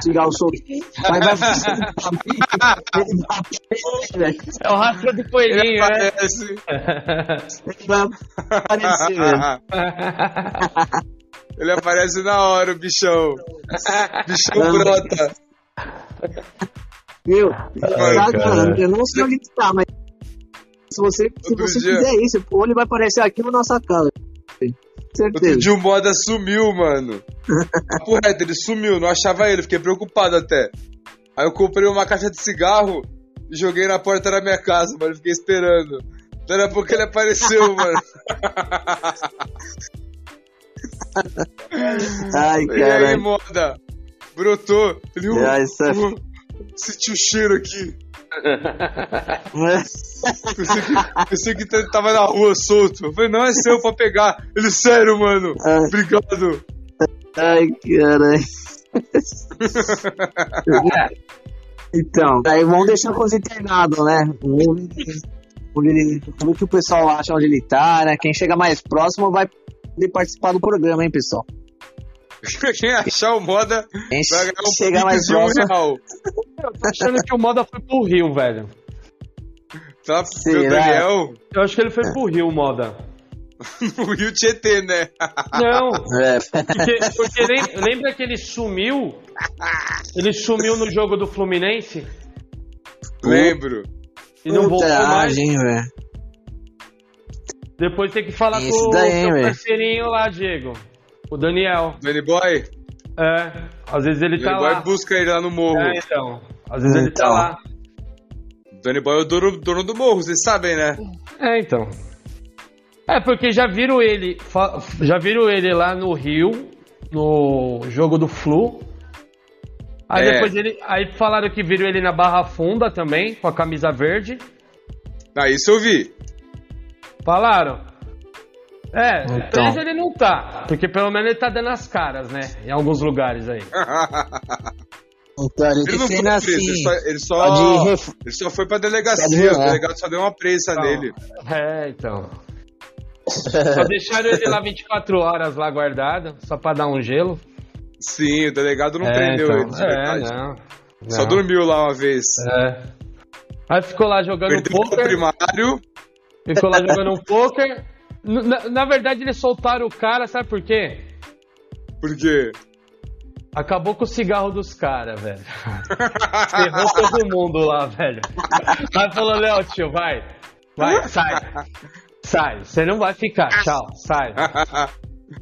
B: cigarro solto. Mas vai fazer.
C: É o rastro do
A: ele
C: coelhinho, né?
A: aparece.
B: Vai aparecer, velho.
A: ele aparece na hora, o bichão. bichão brota.
B: Viu?
A: Ai,
B: Sabe, mano, eu não sei onde que tá, mas se você, se
A: Outro
B: você
A: dia-
B: fizer isso, o olho vai aparecer aqui na nossa casa. velho.
A: Outro
B: Certeza.
A: dia o moda sumiu, mano. Papo reto, ele sumiu, não achava ele, fiquei preocupado até. Aí eu comprei uma caixa de cigarro e joguei na porta da minha casa, mano. Fiquei esperando. Daí a pouco ele apareceu, mano.
D: Ai,
A: E aí,
D: caralho.
A: moda? Brotou. Ele, uh,
D: Ah,
B: tá-
D: isso é-
A: uh, senti o cheiro aqui. Pensei que, pensei que t- tava na rua solto. Eu falei, não, é seu pra pegar. Ele, sério, mano.
D: Ah.
A: Obrigado.
D: Ai, caralho. Então, aí vamos deixar com os internados, né? Vamos ver onde ele- Como que o pessoal acha onde ele tá, né? Quem chega mais próximo vai poder participar do programa, hein, pessoal?
A: Quem achar o moda
D: Quem
A: vai ganhar um
D: chega
A: pix
D: mais
A: de um
D: próximo.
A: real.
C: Eu tô achando que o Moda foi pro Rio, velho.
A: Tá, meu
D: Será?
A: Daniel,
C: Eu acho que ele foi pro Rio, Moda.
A: no Rio Tietê, né?
C: Não,
D: É,
C: porque, porque lem- lembra que ele sumiu? Ele sumiu no jogo do Fluminense
D: Uhum.
A: Lembro.
C: e não voltou mais.
D: ultraje, hein, velho.
C: Depois tem que falar
D: Isso
C: com o
D: daí,
C: seu
D: velho.
C: parceirinho lá, Diego. O Daniel.
A: Danny Boy,
C: É, às vezes ele tá
A: Danny
C: lá.
A: Boy busca ele lá no morro.
C: É, então. Às vezes ele tá
D: Então.
C: lá.
A: Danny Boy é o dono, dono do morro, vocês sabem, né?
C: É, então. É, porque já viram ele. fa- Já viram ele lá no Rio, no jogo do Flu. Aí
A: É.
C: depois ele. Aí falaram que viram ele na Barra Funda também, com a camisa verde.
A: Ah, isso eu vi.
C: Falaram. É,
D: Então.
C: preso ele não tá. Porque pelo menos ele tá dando as caras, né? Em alguns lugares aí.
D: Então, a
A: ele
D: gente
A: não foi
D: treina
A: preso,
D: assim.
A: ele só, ele só-
D: Só de ref-
A: ele só foi pra delegacia,
D: Pode ir,
A: o
D: né?
A: delegado só deu uma prensa
C: Então,
A: nele.
C: É, então. Só deixaram ele lá 24 horas lá guardado, só pra dar um gelo.
A: Sim, o delegado não
C: é,
A: prendeu
C: então.
A: ele, de
C: É,
A: verdade.
C: não.
A: Só
C: não.
A: dormiu lá uma vez.
C: É. Aí ficou lá jogando
A: Perdeu o
C: poker.
A: primário.
C: Ficou lá jogando um poker. N- Na, na verdade, eles soltaram o cara, sabe por quê?
A: Por quê?
C: Acabou com o cigarro dos caras, velho. Ferrou todo mundo lá, velho. Aí falou, Léo, tio, vai. Vai, sai. Sai. Você não vai ficar. Tchau. Sai.